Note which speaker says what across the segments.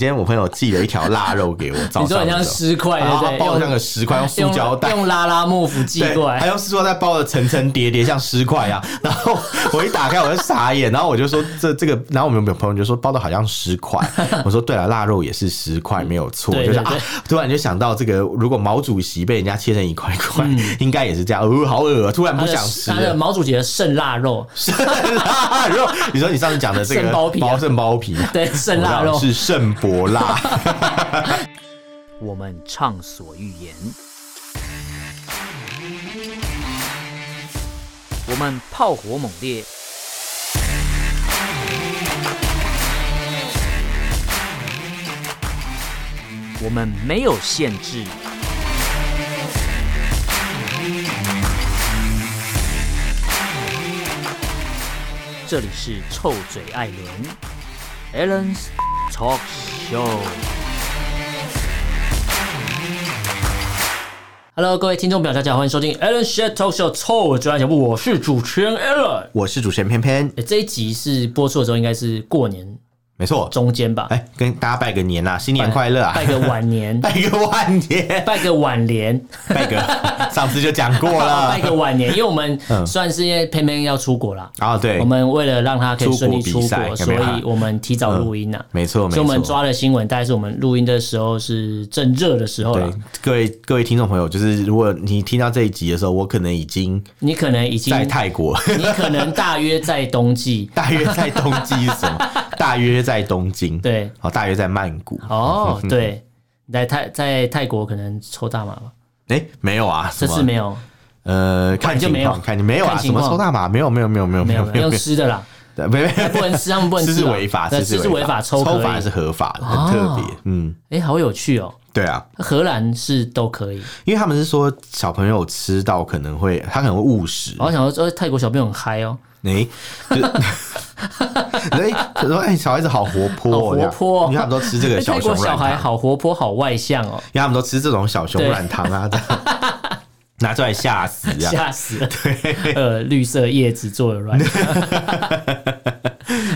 Speaker 1: 今天我朋友寄了一条腊肉给我，早
Speaker 2: 你说
Speaker 1: 上
Speaker 2: 很像
Speaker 1: 的时
Speaker 2: 尸块，
Speaker 1: 候，
Speaker 2: 对
Speaker 1: 然后
Speaker 2: 不
Speaker 1: 他
Speaker 2: 对？
Speaker 1: 包
Speaker 2: 用
Speaker 1: 得像个石块，用塑胶袋
Speaker 2: 用。用拉拉幕府寄
Speaker 1: 对
Speaker 2: 过，来
Speaker 1: 还，用塑料袋包的层层叠叠，像尸块啊。 然后我一打开，我就傻眼，然后我就说这这个，然后我们有朋友就说包的好像尸 块，我说对了，腊肉也是尸块，没有错。
Speaker 2: 对
Speaker 1: 就是啊
Speaker 2: 对对，
Speaker 1: 突然就想到这个，如果毛主席被人家切成一块一块，
Speaker 2: 嗯
Speaker 1: 应该也是这样，哦，好恶啊，突然
Speaker 2: 他
Speaker 1: 不
Speaker 2: 的
Speaker 1: 想吃
Speaker 2: 他的
Speaker 1: 了。
Speaker 2: 毛主席的剩腊肉，
Speaker 1: 腊肉，你说你上次讲的这个
Speaker 2: 肾包皮啊
Speaker 1: 包肾包皮，
Speaker 2: 对，剩腊
Speaker 1: 我
Speaker 2: 肉
Speaker 1: 知道。是圣伯腊。
Speaker 2: 我们畅所欲言，我们炮火猛烈，我们没有限制。这里是臭嘴艾伦，Allen's Talk Show。Hello，各位听众朋友，大家好，欢迎收听 Alan s h a t Talk Show 臭专栏节目，我是主持人 Alan。
Speaker 1: 我是主持人偏偏，
Speaker 2: 诶这一集是播出的时候，应该是过年
Speaker 1: 没错。
Speaker 2: 中间吧？
Speaker 1: 哎，跟大家拜个年啦、新年快乐啊！
Speaker 2: 拜个晚年，
Speaker 1: 拜个万年，
Speaker 2: 拜个晚年，
Speaker 1: 拜个，上次就讲过了
Speaker 2: 拜。个晚年，因为我们
Speaker 1: 嗯
Speaker 2: 算是因为偏偏要出国啦，
Speaker 1: 啊，对
Speaker 2: 我，们为了让他可以顺利
Speaker 1: 出国
Speaker 2: 出
Speaker 1: 比赛
Speaker 2: 国，所
Speaker 1: 有没
Speaker 2: 以
Speaker 1: 有
Speaker 2: 我们提早录音啦。
Speaker 1: 没错，没
Speaker 2: 所以我们
Speaker 1: 错。
Speaker 2: 抓的新闻，大概是我们录音的时候是正热的时候
Speaker 1: 对
Speaker 2: 了。
Speaker 1: 各位各位听众朋友，就是如果你听到这一集的时候，我可能已经
Speaker 2: 你可能已经，
Speaker 1: 在泰国，，
Speaker 2: 你可能大约在冬季
Speaker 1: 大约在东京是什么？大约在东京，，
Speaker 2: 对，
Speaker 1: 好，大约在曼谷。
Speaker 2: 哦，对，在泰在泰国可能抽大麻吧，
Speaker 1: 哎，没有啊，
Speaker 2: 这
Speaker 1: 什
Speaker 2: 次
Speaker 1: 么？
Speaker 2: 没有，
Speaker 1: 呃，看
Speaker 2: 就
Speaker 1: 情
Speaker 2: 没有
Speaker 1: 况，看你没有啊？
Speaker 2: 看
Speaker 1: 什
Speaker 2: 情
Speaker 1: 么
Speaker 2: 况
Speaker 1: 抽大麻？没有，没有，没有，没有，
Speaker 2: 没有没有用
Speaker 1: 没有，
Speaker 2: 吃的啦，
Speaker 1: 对没有，
Speaker 2: 不能吃，他们不能
Speaker 1: 这
Speaker 2: 吃
Speaker 1: 是
Speaker 2: 啦，
Speaker 1: 违法，
Speaker 2: 对
Speaker 1: 这
Speaker 2: 这是
Speaker 1: 违
Speaker 2: 违法，
Speaker 1: 抽
Speaker 2: 抽可
Speaker 1: 反而
Speaker 2: 以
Speaker 1: 是。合法的，很特别
Speaker 2: 哦。
Speaker 1: 嗯，
Speaker 2: 哎，好有趣哦，
Speaker 1: 对啊，
Speaker 2: 荷兰是都可以。
Speaker 1: 因为他们是说小朋友吃到可能会，他可能会误食。
Speaker 2: 我想说，呃泰国小朋友很嗨哦，
Speaker 1: 哎、 就哎，他说哎，小孩子好活泼、哦，
Speaker 2: 好活
Speaker 1: 这样
Speaker 2: 泼哦哎
Speaker 1: 因为他们都吃这个小
Speaker 2: 泰
Speaker 1: 熊
Speaker 2: 国小
Speaker 1: 软糖，
Speaker 2: 孩好活泼，好外向哦，
Speaker 1: 因为他们都吃这种小熊
Speaker 2: 对
Speaker 1: 软糖啊，这样 拿出来吓死啊！
Speaker 2: 吓 死了。呃，绿色叶子做的软糖。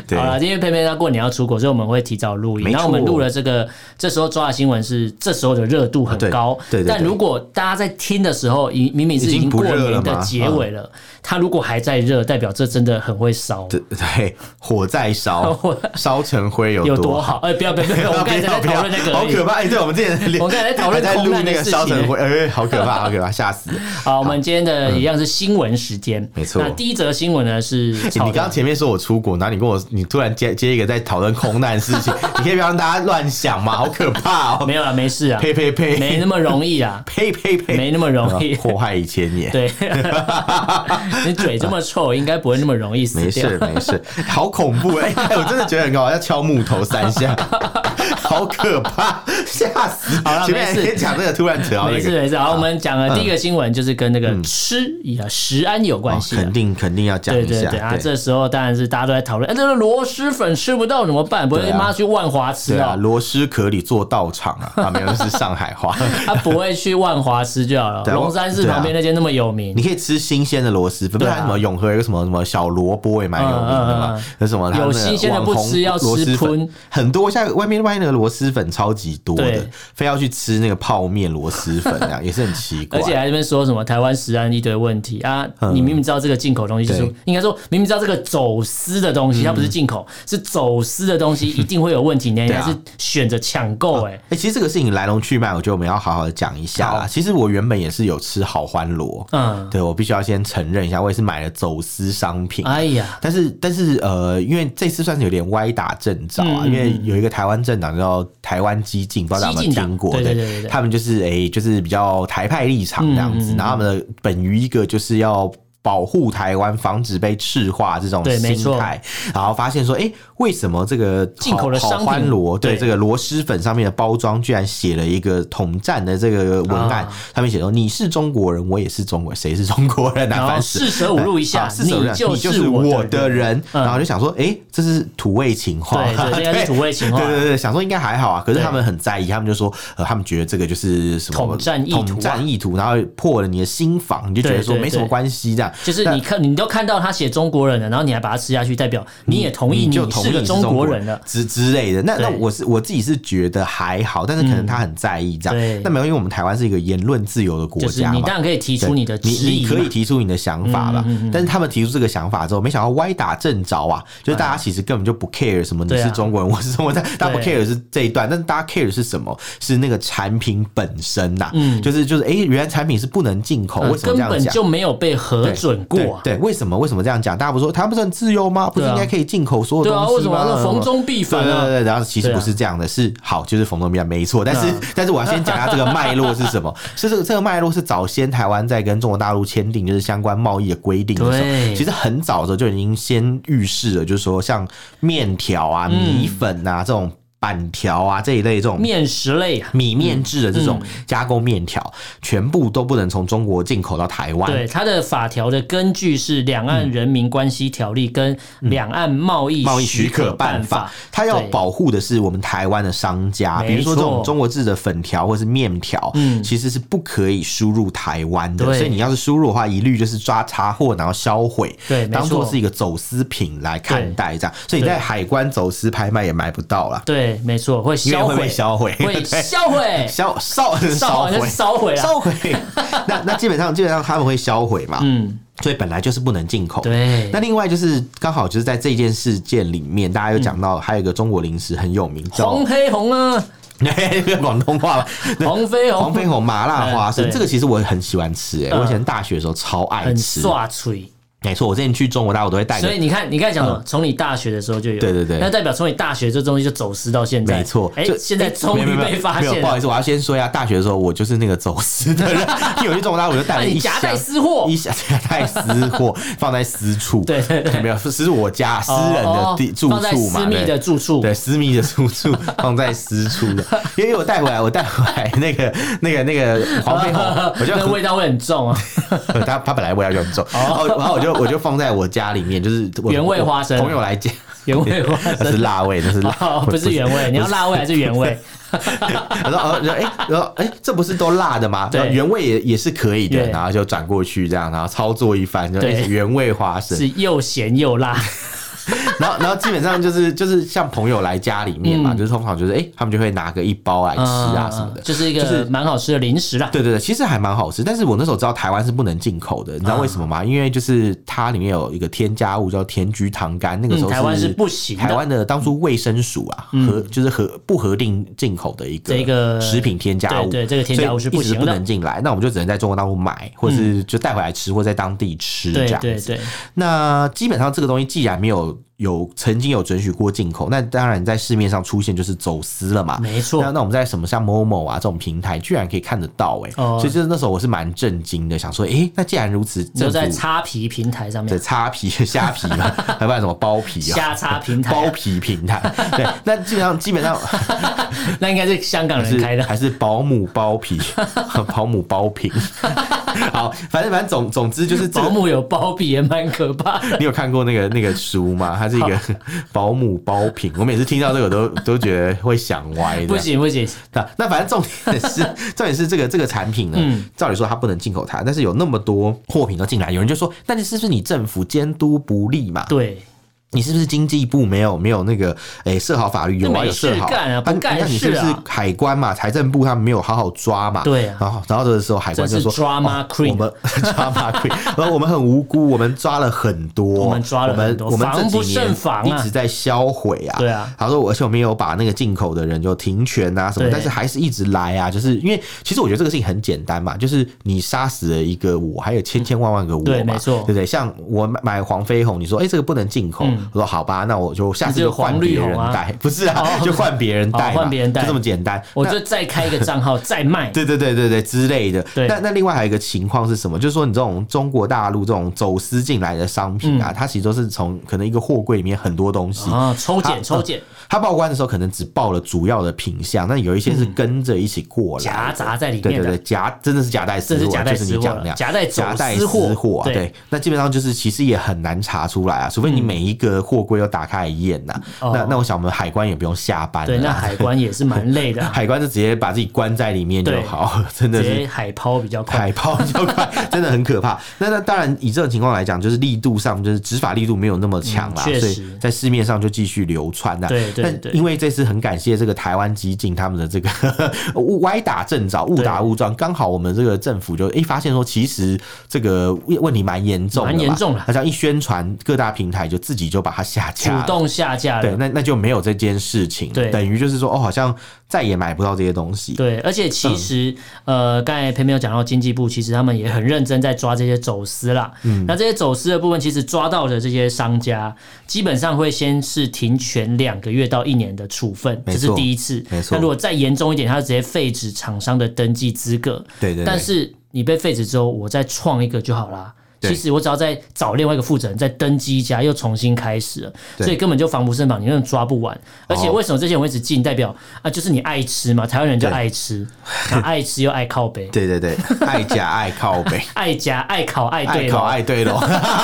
Speaker 1: 对
Speaker 2: 好了，因为佩佩他过年要出国，所以我们会提早录音。
Speaker 1: 没错
Speaker 2: 然后我们录了这个，这时候抓的新闻是这时候的热度很高。
Speaker 1: 啊对对对对
Speaker 2: 但如果大家在听的时候，已明明是
Speaker 1: 已经不
Speaker 2: 过
Speaker 1: 热了嗯
Speaker 2: 年
Speaker 1: 吗
Speaker 2: 的结尾了，它如果还在热，代表这真的很会烧。
Speaker 1: 对对，火在烧，烧成灰有
Speaker 2: 有
Speaker 1: 多
Speaker 2: 多？好？哎、不要不要不 要！我们刚才在
Speaker 1: 不要
Speaker 2: 讨论那
Speaker 1: 不
Speaker 2: 个
Speaker 1: 要
Speaker 2: 而
Speaker 1: 好
Speaker 2: 已
Speaker 1: 可。怕！哎，对，我们之前
Speaker 2: 我们刚才在讨论
Speaker 1: 还在录
Speaker 2: 空难的
Speaker 1: 那个
Speaker 2: 事
Speaker 1: 烧成
Speaker 2: 情
Speaker 1: 灰，哎，好可怕，好可怕，吓死！
Speaker 2: 好，我们今天的一样是新闻时间、
Speaker 1: 没错
Speaker 2: 那第一则新闻呢是
Speaker 1: 欸
Speaker 2: 吵
Speaker 1: 你刚
Speaker 2: 架
Speaker 1: 刚前面说我出国，然后你跟我，你突然接接一个在讨论空难的事情，你可以不要让大家乱想嘛，好可怕哦！
Speaker 2: 没有了，没事啊，
Speaker 1: 呸呸呸，
Speaker 2: 没那么容易啊，
Speaker 1: 呸呸呸，啊
Speaker 2: 没那么容易。
Speaker 1: 祸害一千年。
Speaker 2: 对，你嘴这么臭，应该不会那么容易死
Speaker 1: 没
Speaker 2: 掉
Speaker 1: 事。没事，好恐怖哎、哎 我真的觉得很搞笑，要敲木头三下，好可怕，吓死！
Speaker 2: 好了
Speaker 1: 前面
Speaker 2: 没事
Speaker 1: 先讲这个，突然扯到
Speaker 2: 没
Speaker 1: 那
Speaker 2: 事
Speaker 1: 个，啊嗯
Speaker 2: 没事，好，我们讲的第一个新闻就是跟那个吃啊食安有关
Speaker 1: 哦
Speaker 2: 系的啊
Speaker 1: 肯。定肯定要讲
Speaker 2: 对
Speaker 1: 一
Speaker 2: 对
Speaker 1: 下。
Speaker 2: 对啊，这时候当然是大家都在讨论，哎，这个螺蛳粉吃不到怎么办？不会
Speaker 1: 对啊
Speaker 2: 妈去万华吃
Speaker 1: 对啊，
Speaker 2: 哦，
Speaker 1: 螺蛳壳里做道场啊，啊，没有是上海 话。
Speaker 2: 他不会去万华吃就好了。
Speaker 1: 对啊
Speaker 2: 龙山寺旁边那间那么有名
Speaker 1: 你，可以吃新鲜的螺蛳粉，不
Speaker 2: 对啊
Speaker 1: 然什么永和有个什么什么小萝卜也蛮有名的
Speaker 2: 嗯嗯嗯
Speaker 1: 嘛
Speaker 2: 嗯，
Speaker 1: 有什么他们
Speaker 2: 有
Speaker 1: 那个
Speaker 2: 新鲜的
Speaker 1: 网
Speaker 2: 不
Speaker 1: 红
Speaker 2: 吃要吃
Speaker 1: 螺蛳粉
Speaker 2: 喷
Speaker 1: 很多，现在外面外面的螺蛳粉超级多的
Speaker 2: 对，
Speaker 1: 非要去吃那个泡面螺蛳粉 啊，也是很奇怪嗯
Speaker 2: 而。且还在那边说什么台湾食安一堆问题啊！你明明知道这个进口东西就是
Speaker 1: 对，嗯
Speaker 2: 应该说明明知道这个走私的东西，它不是进口，是走私的 东西一定会有问题，你
Speaker 1: 对啊
Speaker 2: 还是选择抢购哎。
Speaker 1: 哎、其实这个事情来龙去脉，我觉得我们要好好的讲一下啦。
Speaker 2: 好
Speaker 1: 其实我原本也是有吃好欢螺，
Speaker 2: 嗯，
Speaker 1: 对我必须要先承认一下，我也是买了走私商品。
Speaker 2: 哎呀，
Speaker 1: 但是，但是，呃，因为这次算是有点歪打正着啊，
Speaker 2: 嗯
Speaker 1: 因为有一个台湾政党叫台湾激进，不知道大家有没
Speaker 2: 激
Speaker 1: 有
Speaker 2: 进党
Speaker 1: 听过？
Speaker 2: 对对对对对嗯
Speaker 1: 他们就是诶、就是比较台派立场这样子，然后他们的本于一个就是要。保护台湾，防止被赤化这种
Speaker 2: 对没
Speaker 1: 心
Speaker 2: 错
Speaker 1: 态，然后发现说，哎、为什么这个
Speaker 2: 进口的
Speaker 1: 好好
Speaker 2: 商品
Speaker 1: 欢螺对
Speaker 2: 对
Speaker 1: 这个螺蛳粉上面的包装，居然写了一个统战的这个文案，
Speaker 2: 啊
Speaker 1: 上面写说你是中国人，我也是中国人，谁是中国人啊？
Speaker 2: 然后
Speaker 1: 烦死了
Speaker 2: 四舍五入一下
Speaker 1: 啊，四舍五入
Speaker 2: 你就
Speaker 1: 你就是我
Speaker 2: 我
Speaker 1: 的
Speaker 2: 的
Speaker 1: 人，
Speaker 2: 嗯
Speaker 1: 然后就想说，哎，这是土味情话，
Speaker 2: 对对这应该是土味情话
Speaker 1: 对对对，想说应该还好啊，可是
Speaker 2: 对
Speaker 1: 他们很在意，他们就说，呃，他们觉得这个就是什么
Speaker 2: 统战意图啊
Speaker 1: 统战意图，然后破了你的心防，你就觉得说
Speaker 2: 对对对
Speaker 1: 没什么关系这样，看，
Speaker 2: 就是你看，你都看到他写中国人了，然后你还把它吃下去，代表你也同意
Speaker 1: 你
Speaker 2: 你
Speaker 1: 就同
Speaker 2: 是
Speaker 1: 意
Speaker 2: 个
Speaker 1: 你是
Speaker 2: 中
Speaker 1: 中
Speaker 2: 国
Speaker 1: 国
Speaker 2: 人了。
Speaker 1: 之之类的。那
Speaker 2: 对
Speaker 1: 那我是我自己是觉得还好，但是可能他很在意这
Speaker 2: 嗯对
Speaker 1: 样。那没有，因为我们台湾是一个言论自由的国
Speaker 2: 就是
Speaker 1: 家
Speaker 2: 你
Speaker 1: 嘛
Speaker 2: 当。然可以提
Speaker 1: 对
Speaker 2: 出你的质
Speaker 1: 你
Speaker 2: 疑
Speaker 1: 你
Speaker 2: 嘛，
Speaker 1: 可以提出你的想法了，
Speaker 2: 嗯嗯嗯
Speaker 1: 但是他们提出这个想法之后，没想到歪打正着啊！就是大家其实根本就不 care 什么你
Speaker 2: 对啊
Speaker 1: 是中国人，我是中国人，大家不
Speaker 2: 对
Speaker 1: care 是这一段，但是大家 care 是什么？是那个产品本身呐、
Speaker 2: 嗯
Speaker 1: 就是就是，哎、原来产品是不能进口，
Speaker 2: 呃
Speaker 1: 为什么
Speaker 2: 根
Speaker 1: 这样
Speaker 2: 本
Speaker 1: 讲？
Speaker 2: 就没有被核
Speaker 1: 对
Speaker 2: 准过啊。
Speaker 1: 对，对为什么为什么这样讲？大家不是说他们不是很自由吗？不是
Speaker 2: 对啊
Speaker 1: 应该可以进口所有
Speaker 2: 对
Speaker 1: 东西吗？
Speaker 2: 啊，为什么要说逢中必
Speaker 1: 对
Speaker 2: 反
Speaker 1: 对
Speaker 2: 啊？
Speaker 1: 对，然后其实
Speaker 2: 对啊
Speaker 1: 不是这样的，是好就是冯东比较没错，但是、
Speaker 2: 嗯
Speaker 1: 但是我要先讲一下这个脉络是什 么，是这个这个脉络是早先台湾在跟中国大陆签订就是相关贸易的规定的时
Speaker 2: 对
Speaker 1: 候，其实很早的时候就已经先预示了，就是说像面条啊、米粉啊、这种板条啊这一类这种
Speaker 2: 嗯面嗯食类啊，
Speaker 1: 米面制的这种加工面条，全部都不能从中国进口到台湾。
Speaker 2: 对它的法条的根据是《两岸人民关系条例》跟《两岸贸
Speaker 1: 嗯
Speaker 2: 易
Speaker 1: 贸易许可
Speaker 2: 办
Speaker 1: 办法，它要
Speaker 2: 对
Speaker 1: 保护的是我们台湾的商家，
Speaker 2: 没
Speaker 1: 比如说这种
Speaker 2: 错
Speaker 1: 中国制的粉条或是面条，
Speaker 2: 嗯
Speaker 1: 其实是不可以输入台湾的，
Speaker 2: 对
Speaker 1: 所以你要是输入的话，一律就是抓查获然后销毁，
Speaker 2: 对没
Speaker 1: 当做
Speaker 2: 错
Speaker 1: 是一个走私品来看待这样，所以你
Speaker 2: 对
Speaker 1: 在海关走私拍卖也买不到啦，
Speaker 2: 对，没错，会
Speaker 1: 因为
Speaker 2: 销
Speaker 1: 会
Speaker 2: 毁，
Speaker 1: 被销毁，
Speaker 2: 会 销毁，
Speaker 1: 销 烧
Speaker 2: 烧
Speaker 1: 烧
Speaker 2: 好像
Speaker 1: 毁
Speaker 2: 是。烧毁了。
Speaker 1: 烧 毁，那那基本上基本上他们会销毁嘛，
Speaker 2: 嗯，
Speaker 1: 所以本来就是不能进口。
Speaker 2: 对，
Speaker 1: 那另外就是刚好就是在这件事件里面，大家又讲到还有一个中国零食很有名，叫
Speaker 2: 黄黑红啊，
Speaker 1: 对 广东话 吧，对
Speaker 2: 黄飞
Speaker 1: 黄
Speaker 2: 鸿
Speaker 1: 飞鸿麻辣花
Speaker 2: 嗯
Speaker 1: 生，
Speaker 2: 对
Speaker 1: 这个其实我很喜欢吃，哎，
Speaker 2: 嗯
Speaker 1: 我以前大学的时候超爱
Speaker 2: 很
Speaker 1: 吃，
Speaker 2: 刷嘴。
Speaker 1: 没错，我之前去中国大陆我都会带
Speaker 2: 所以
Speaker 1: 个。
Speaker 2: 你看，你刚才讲什么？从你大学的时候就有，
Speaker 1: 哎嗯对对对
Speaker 2: 那代表从你大学这东西就走私到现在，
Speaker 1: 没错，
Speaker 2: 哎
Speaker 1: 就，
Speaker 2: 现在终
Speaker 1: 没
Speaker 2: 于
Speaker 1: 有没有
Speaker 2: 被发
Speaker 1: 没有
Speaker 2: 现
Speaker 1: 不好
Speaker 2: 了，
Speaker 1: 意思，我要先说一下，大学的时候我就是那个走私的 人， 因为我去中国大陆我就带
Speaker 2: 那
Speaker 1: 了
Speaker 2: 你
Speaker 1: 一
Speaker 2: 夹
Speaker 1: 箱
Speaker 2: 带私货
Speaker 1: 一，箱 夹带私货放在私处，
Speaker 2: 对对对
Speaker 1: 没有，是是我家私人的地
Speaker 2: 哦
Speaker 1: 住
Speaker 2: 放在
Speaker 1: 处嘛，
Speaker 2: 私密
Speaker 1: 对
Speaker 2: 的住处，
Speaker 1: 对，私密的住处放在私处 的，因为我带回来，我带回来那个那个那个黄飞 鸿， 我就
Speaker 2: 那味道会很 重啊。
Speaker 1: 他他本来味道就很重，然后然后我就我就放在我家里面，就是我
Speaker 2: 原味花生
Speaker 1: 我朋友来家。
Speaker 2: 原味花生
Speaker 1: 那是辣味，那是辣，
Speaker 2: 哦， 不是原味，你要辣味还是原味？
Speaker 1: 然后然后哎，然后哎，这不是都辣的吗？
Speaker 2: 对
Speaker 1: 然后原味也也是可以的，
Speaker 2: 对
Speaker 1: 然后就转过去这样，然后操作一番，就哎
Speaker 2: 对
Speaker 1: 原味花生，
Speaker 2: 是又咸又辣，
Speaker 1: 然后，然后基本上就是就是像朋友来家里面嘛，
Speaker 2: 嗯
Speaker 1: 就是通常就是哎、他们就会拿个一包 来吃啊什么的。
Speaker 2: 就是一
Speaker 1: 就是
Speaker 2: 个蛮好吃的零食啦。
Speaker 1: 对对对，其实还蛮好吃，但是我那时候知道台湾是不能进口的，你知道为什么
Speaker 2: 啊
Speaker 1: 吗？因为就是它里面有一个添加物叫甜菊糖苷，那个时候
Speaker 2: 嗯台湾是不行的嗯
Speaker 1: 台湾的当初卫生署啊，核就是核不核定进口的一个
Speaker 2: 这个
Speaker 1: 食品添加物，
Speaker 2: 对对这个添加物是
Speaker 1: 所以
Speaker 2: 不
Speaker 1: 一直
Speaker 2: 行的
Speaker 1: 不能进来，那我们就只能在中国大陆买，或者是就带回来吃，或在当地吃这
Speaker 2: 对
Speaker 1: 样子。
Speaker 2: 对对，
Speaker 1: 那基本上这个东西既然没有有曾经有准许过进口，那当然在市面上出现就是走私了嘛。
Speaker 2: 没
Speaker 1: 那
Speaker 2: 错。
Speaker 1: 那我们在什么像某某啊这种平台，居然可以看得到哎、
Speaker 2: 哦
Speaker 1: 所以就是那时候我是蛮震惊的，想说，哎、那既然如此，
Speaker 2: 就
Speaker 1: 政
Speaker 2: 在
Speaker 1: 府
Speaker 2: 擦皮平台上
Speaker 1: 在
Speaker 2: 面，
Speaker 1: 擦皮、 虾皮嘛，还不然什么包皮啊、
Speaker 2: 瞎擦平台
Speaker 1: 包
Speaker 2: 啊，
Speaker 1: 皮平台，对，那基本上基 本上
Speaker 2: 那应该是香港人
Speaker 1: 是
Speaker 2: 开的。
Speaker 1: 还是保姆包皮、 保姆包皮， 好，反正反正总总之就是这个
Speaker 2: 保姆有包庇也蛮可怕的。
Speaker 1: 你有看过那个那个书吗？它是一个 保姆包品，我每次听到这个都都觉得会想歪这样。
Speaker 2: 不行不行，
Speaker 1: 那那反正重点 是重点是这个这个产品呢，
Speaker 2: 嗯
Speaker 1: 照理说它不能进口它，但是有那么多货品都进来，有人就说，那你是不是你政府监督不力嘛？
Speaker 2: 对，
Speaker 1: 你是不是经济部没有没有那个诶、设好法律？有
Speaker 2: 那
Speaker 1: 啊，
Speaker 2: 没
Speaker 1: 有设
Speaker 2: 事
Speaker 1: 好
Speaker 2: 干啊不干
Speaker 1: 那你是不
Speaker 2: 事
Speaker 1: 是
Speaker 2: 啊
Speaker 1: 海关嘛？财政部他们没有好好抓嘛？
Speaker 2: 对啊
Speaker 1: 然后然后这个时候海关就说
Speaker 2: 真是 drama
Speaker 1: 哦
Speaker 2: queen
Speaker 1: 我们 drama queen，然后我们很无辜，我们抓了很多，
Speaker 2: 我们抓了很多
Speaker 1: 我们我们
Speaker 2: 防
Speaker 1: 这
Speaker 2: 不
Speaker 1: 几年
Speaker 2: 胜防啊
Speaker 1: 一直在销毁啊。
Speaker 2: 对啊
Speaker 1: 然后说而且我们也有把那个进口的人就停权啊什么
Speaker 2: 对，
Speaker 1: 但是还是一直来啊，就是因为其实我觉得这个事情很简单嘛，就是你杀死了一个我，还有千千万万个我嘛，
Speaker 2: 对没错
Speaker 1: 对不对？像我买买黄飞鸿，你说哎、这个不能进口，
Speaker 2: 嗯
Speaker 1: 我说好吧，那我就下。下次就换别人带，不是啊，就换别人带嘛，
Speaker 2: 哦换别人带
Speaker 1: 就这么简单。
Speaker 2: 我
Speaker 1: 那
Speaker 2: 就再开一个账号再卖。
Speaker 1: 对对对对对之类的。
Speaker 2: 对
Speaker 1: 那那另外还有一个情况是什么？就是说你这种中国大陆这种走私进来的商品啊，它其实都是从可能一个货柜里面很多东西。
Speaker 2: 嗯啊，抽检
Speaker 1: 它
Speaker 2: 抽检，
Speaker 1: 它报关的时候可能只报了主要的品项，那有一些是跟着一起过来的
Speaker 2: 夹杂在里
Speaker 1: 对
Speaker 2: 面
Speaker 1: 对
Speaker 2: 的
Speaker 1: 对，，夹真的是夹带私
Speaker 2: 这是
Speaker 1: 货
Speaker 2: 夹
Speaker 1: 啊，
Speaker 2: 带
Speaker 1: 就是
Speaker 2: 私
Speaker 1: 你
Speaker 2: 货
Speaker 1: 讲
Speaker 2: 了
Speaker 1: 那样
Speaker 2: 夹带走
Speaker 1: 夹带
Speaker 2: 私
Speaker 1: 私
Speaker 2: 货
Speaker 1: 货啊，
Speaker 2: 对嗯
Speaker 1: 对，那基本上就是其实也很难查出来啊，除非你每一个个货柜又打开来验呐、
Speaker 2: 哦
Speaker 1: 那那我想我们海关也不用下班了
Speaker 2: 对，
Speaker 1: 啦，
Speaker 2: 那海关也是蛮 累的啊，
Speaker 1: 海关就直接把自己关在里面就
Speaker 2: 对
Speaker 1: 好， 真的
Speaker 2: 直
Speaker 1: 是
Speaker 2: 接海抛比较快。
Speaker 1: 海泡比较快，真的很可怕。 那那当然，以这种情况来讲，就是力度上，就是执法力度没有那么强啦，
Speaker 2: 嗯确
Speaker 1: 所以
Speaker 2: 实
Speaker 1: 在市面上就继续流窜呐、
Speaker 2: 对对
Speaker 1: 但
Speaker 2: 对
Speaker 1: 因为这次很感谢这个台湾激进他们的这个 误歪打正着、误打误撞，刚好我们这个政府就诶、发现说，其实这个问题蛮严重的吧，
Speaker 2: 蛮严重的
Speaker 1: 他这样一宣传，各大平台就自己就把它下
Speaker 2: 主
Speaker 1: 架了。
Speaker 2: 动下架
Speaker 1: 对，
Speaker 2: 了。
Speaker 1: 那那就没有这件事情，
Speaker 2: 对
Speaker 1: 等于就是说，哦，好像再也买不到这些东西。
Speaker 2: 对，而且其实，
Speaker 1: 嗯
Speaker 2: 呃，刚才培培有讲到经济部，其实他们也很认真在抓这些走私啦。
Speaker 1: 嗯
Speaker 2: 那这些走私的部分，其实抓到的这些商家，基本上会先是停权两个月到一年的处分，
Speaker 1: 没
Speaker 2: 这
Speaker 1: 错
Speaker 2: 是第一次。
Speaker 1: 没错
Speaker 2: 那如果再严重一点，他就直接废止厂商的登记资格。
Speaker 1: 对对对
Speaker 2: 但是你被废止之后，我再创一个就好啦。
Speaker 1: 对
Speaker 2: 其实我只要再找另外一个负责人，再登记一家，又重新开始了，
Speaker 1: 对
Speaker 2: 所以根本就防不胜防，你根本抓不完。而且
Speaker 1: 哦
Speaker 2: 为什么这些人会一直进？代表啊，就是你爱吃嘛，台湾人就
Speaker 1: 对
Speaker 2: 爱吃，啊 爱吃又爱靠北，
Speaker 1: 对对对，爱家爱靠北。
Speaker 2: 爱夹爱烤爱
Speaker 1: 爱
Speaker 2: 对
Speaker 1: 考
Speaker 2: 咯，
Speaker 1: 爱对喽，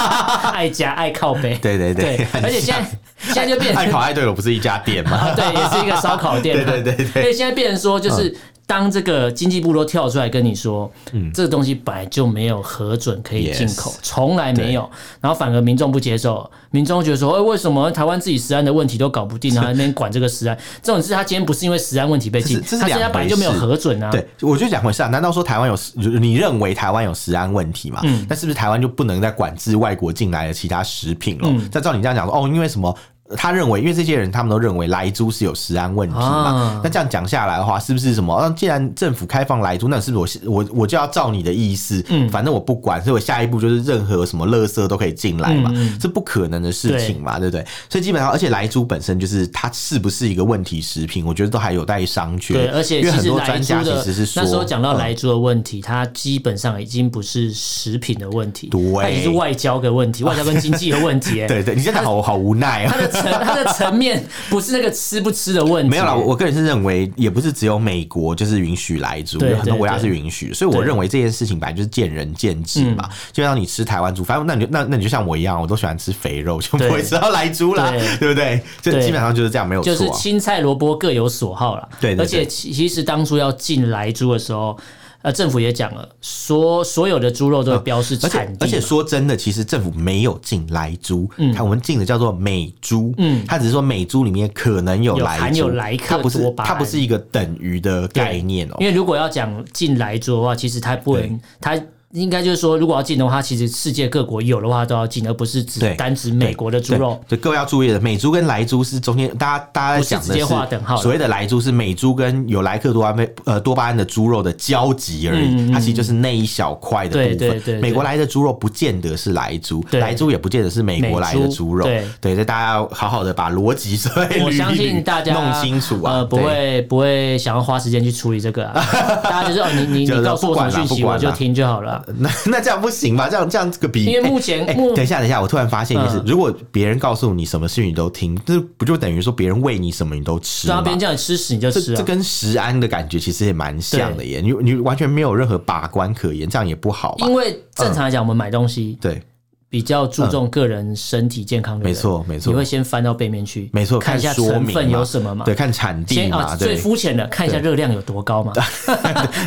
Speaker 2: 爱夹爱靠北，
Speaker 1: 对对对
Speaker 2: 对，
Speaker 1: 很
Speaker 2: 而且现 在现在就变成
Speaker 1: 爱考爱对喽不是一家店吗？
Speaker 2: 啊， 对，也是一个烧烤店啊。
Speaker 1: 对对对对嗯
Speaker 2: 所以现在变成说，就是当这个经济部都跳出来跟你说，这个东西本来就没有核准可以进口
Speaker 1: Yes，
Speaker 2: 从来没有。然后反而民众不接受，民众觉得说，哎、为什么台湾自己食安的问题都搞不定，然后在那边管这个食安？这种事他今天不是因为食安问题被禁，
Speaker 1: 这是这是
Speaker 2: 他现在
Speaker 1: 两回
Speaker 2: 本来就没有核准啊。
Speaker 1: 对，我就讲回事啊。难道说台湾有食你认为台湾有食安问题嘛？
Speaker 2: 嗯
Speaker 1: 那是不是台湾就不能再管制外国进来的其他食品了？
Speaker 2: 嗯
Speaker 1: 再照你这样讲说，哦，因为什么？他认为，因为这些人他们都认为莱猪是有食安问题嘛
Speaker 2: 啊，
Speaker 1: 那这样讲下来的话，是不是什么？啊那既然政府开放莱猪，那是不是我我我就要照你的意思？
Speaker 2: 嗯
Speaker 1: 反正我不管，所以我下一步就是任何什么垃圾都可以进来
Speaker 2: 嗯
Speaker 1: 嘛，这不可能的事情嘛，对不对？所以基本上，而且莱猪本身就是它是不是一个问题食品，我觉得都还有待商榷。
Speaker 2: 对，而且
Speaker 1: 因为
Speaker 2: 其
Speaker 1: 很
Speaker 2: 实
Speaker 1: 多
Speaker 2: 莱
Speaker 1: 专
Speaker 2: 猪
Speaker 1: 家
Speaker 2: 的
Speaker 1: 其实是说，
Speaker 2: 那时候讲到
Speaker 1: 嗯
Speaker 2: 莱猪的问题，它基本上已经不是食品的问题，
Speaker 1: 对
Speaker 2: 它已经是外交的问题，外交跟经济的问题、 哎
Speaker 1: 对对，你真的好好无奈啊
Speaker 2: 它。的层它的层面不是那个吃不吃的问 题，
Speaker 1: 没有 啦，我我个人是认为，也不是只有美国就是允许来猪，
Speaker 2: 对
Speaker 1: 有很多
Speaker 2: 对
Speaker 1: 国家
Speaker 2: 对
Speaker 1: 是允许，所以我
Speaker 2: 对嗯
Speaker 1: 认为这件事情本来就是见仁见智嘛。就像你吃台湾猪，反正那你就那那你就像我一样，我都喜欢吃肥肉，就不
Speaker 2: 对
Speaker 1: 会吃到来猪啦，
Speaker 2: 对
Speaker 1: 对不对？就
Speaker 2: 对
Speaker 1: 基本上就是这样，没有
Speaker 2: 就
Speaker 1: 错
Speaker 2: 是
Speaker 1: 啊。
Speaker 2: 青菜萝卜各有所好啦。
Speaker 1: 对对对
Speaker 2: 而且其其实当初要进来猪的时候，呃，政府也讲了，所所有的猪肉都有标示
Speaker 1: 而
Speaker 2: 产
Speaker 1: 且啊
Speaker 2: 地，嗯
Speaker 1: 而且说真的，其实政府没有进莱猪，它我们进的叫做美猪，嗯，它只是说美猪里面可能有
Speaker 2: 有
Speaker 1: 莱猪，
Speaker 2: 含有莱克
Speaker 1: 它不
Speaker 2: 多
Speaker 1: 是
Speaker 2: 巴胺
Speaker 1: 它不是一个等于的概念哦、
Speaker 2: 因为如果要讲进来猪的话，其实它不能它。应该就是说，如果要进的话，它其实世界各国有的话都要进，而不是只
Speaker 1: 对
Speaker 2: 单指美国的猪肉。
Speaker 1: 对，就各位要注意的，美猪跟莱猪是中间，大家大家在讲
Speaker 2: 不
Speaker 1: 的
Speaker 2: 是
Speaker 1: 是
Speaker 2: 直接划等号的
Speaker 1: 所谓的莱猪是美猪跟有莱克多巴胺呃多巴胺的猪肉的交集而已，它其实就是那一小块的部
Speaker 2: 对
Speaker 1: 分。
Speaker 2: 嗯对对对
Speaker 1: 美国来的猪肉不见得是莱猪，
Speaker 2: 对
Speaker 1: 莱猪也不见得是美国来的猪肉。
Speaker 2: 美猪
Speaker 1: 对，所以大家要好好的把逻辑所以捋一捋
Speaker 2: 我相信大家
Speaker 1: 弄清楚啊，
Speaker 2: 呃，不
Speaker 1: 对。
Speaker 2: 会不会想要花时间去处理这个啊。大家就是哦，你你
Speaker 1: 就是
Speaker 2: 你告诉我
Speaker 1: 不管
Speaker 2: 什么
Speaker 1: 啦
Speaker 2: 讯
Speaker 1: 不
Speaker 2: 息，
Speaker 1: 管
Speaker 2: 我
Speaker 1: 啦
Speaker 2: 就听就好了啊。
Speaker 1: 那那这样不行吧？这样这样这个比
Speaker 2: 因为目前
Speaker 1: 哎哎
Speaker 2: 目
Speaker 1: 等一下等一下，我突然发现一件事，
Speaker 2: 嗯
Speaker 1: 如果别人告诉你什么事情你都听，这不就等于说别人喂你什么你都吃
Speaker 2: 对啊，
Speaker 1: 吗？
Speaker 2: 别人叫你吃屎你就
Speaker 1: 这
Speaker 2: 吃
Speaker 1: 这
Speaker 2: 啊。
Speaker 1: 跟食安的感觉其实也蛮像的耶，你你完全没有任何把关可言，这样也不好吧
Speaker 2: 因？为正常来讲，我们买东西
Speaker 1: 对，
Speaker 2: 比较注重个人身体健康的人，
Speaker 1: 没错没错
Speaker 2: 你会先翻到背面去，
Speaker 1: 没错，
Speaker 2: 看一下
Speaker 1: 说
Speaker 2: 成
Speaker 1: 明
Speaker 2: 分
Speaker 1: 嘛
Speaker 2: 有什么嘛，
Speaker 1: 对，，看产地
Speaker 2: 先
Speaker 1: 嘛，
Speaker 2: 啊最
Speaker 1: 对。
Speaker 2: 肤浅的看一下热量有 多高嘛，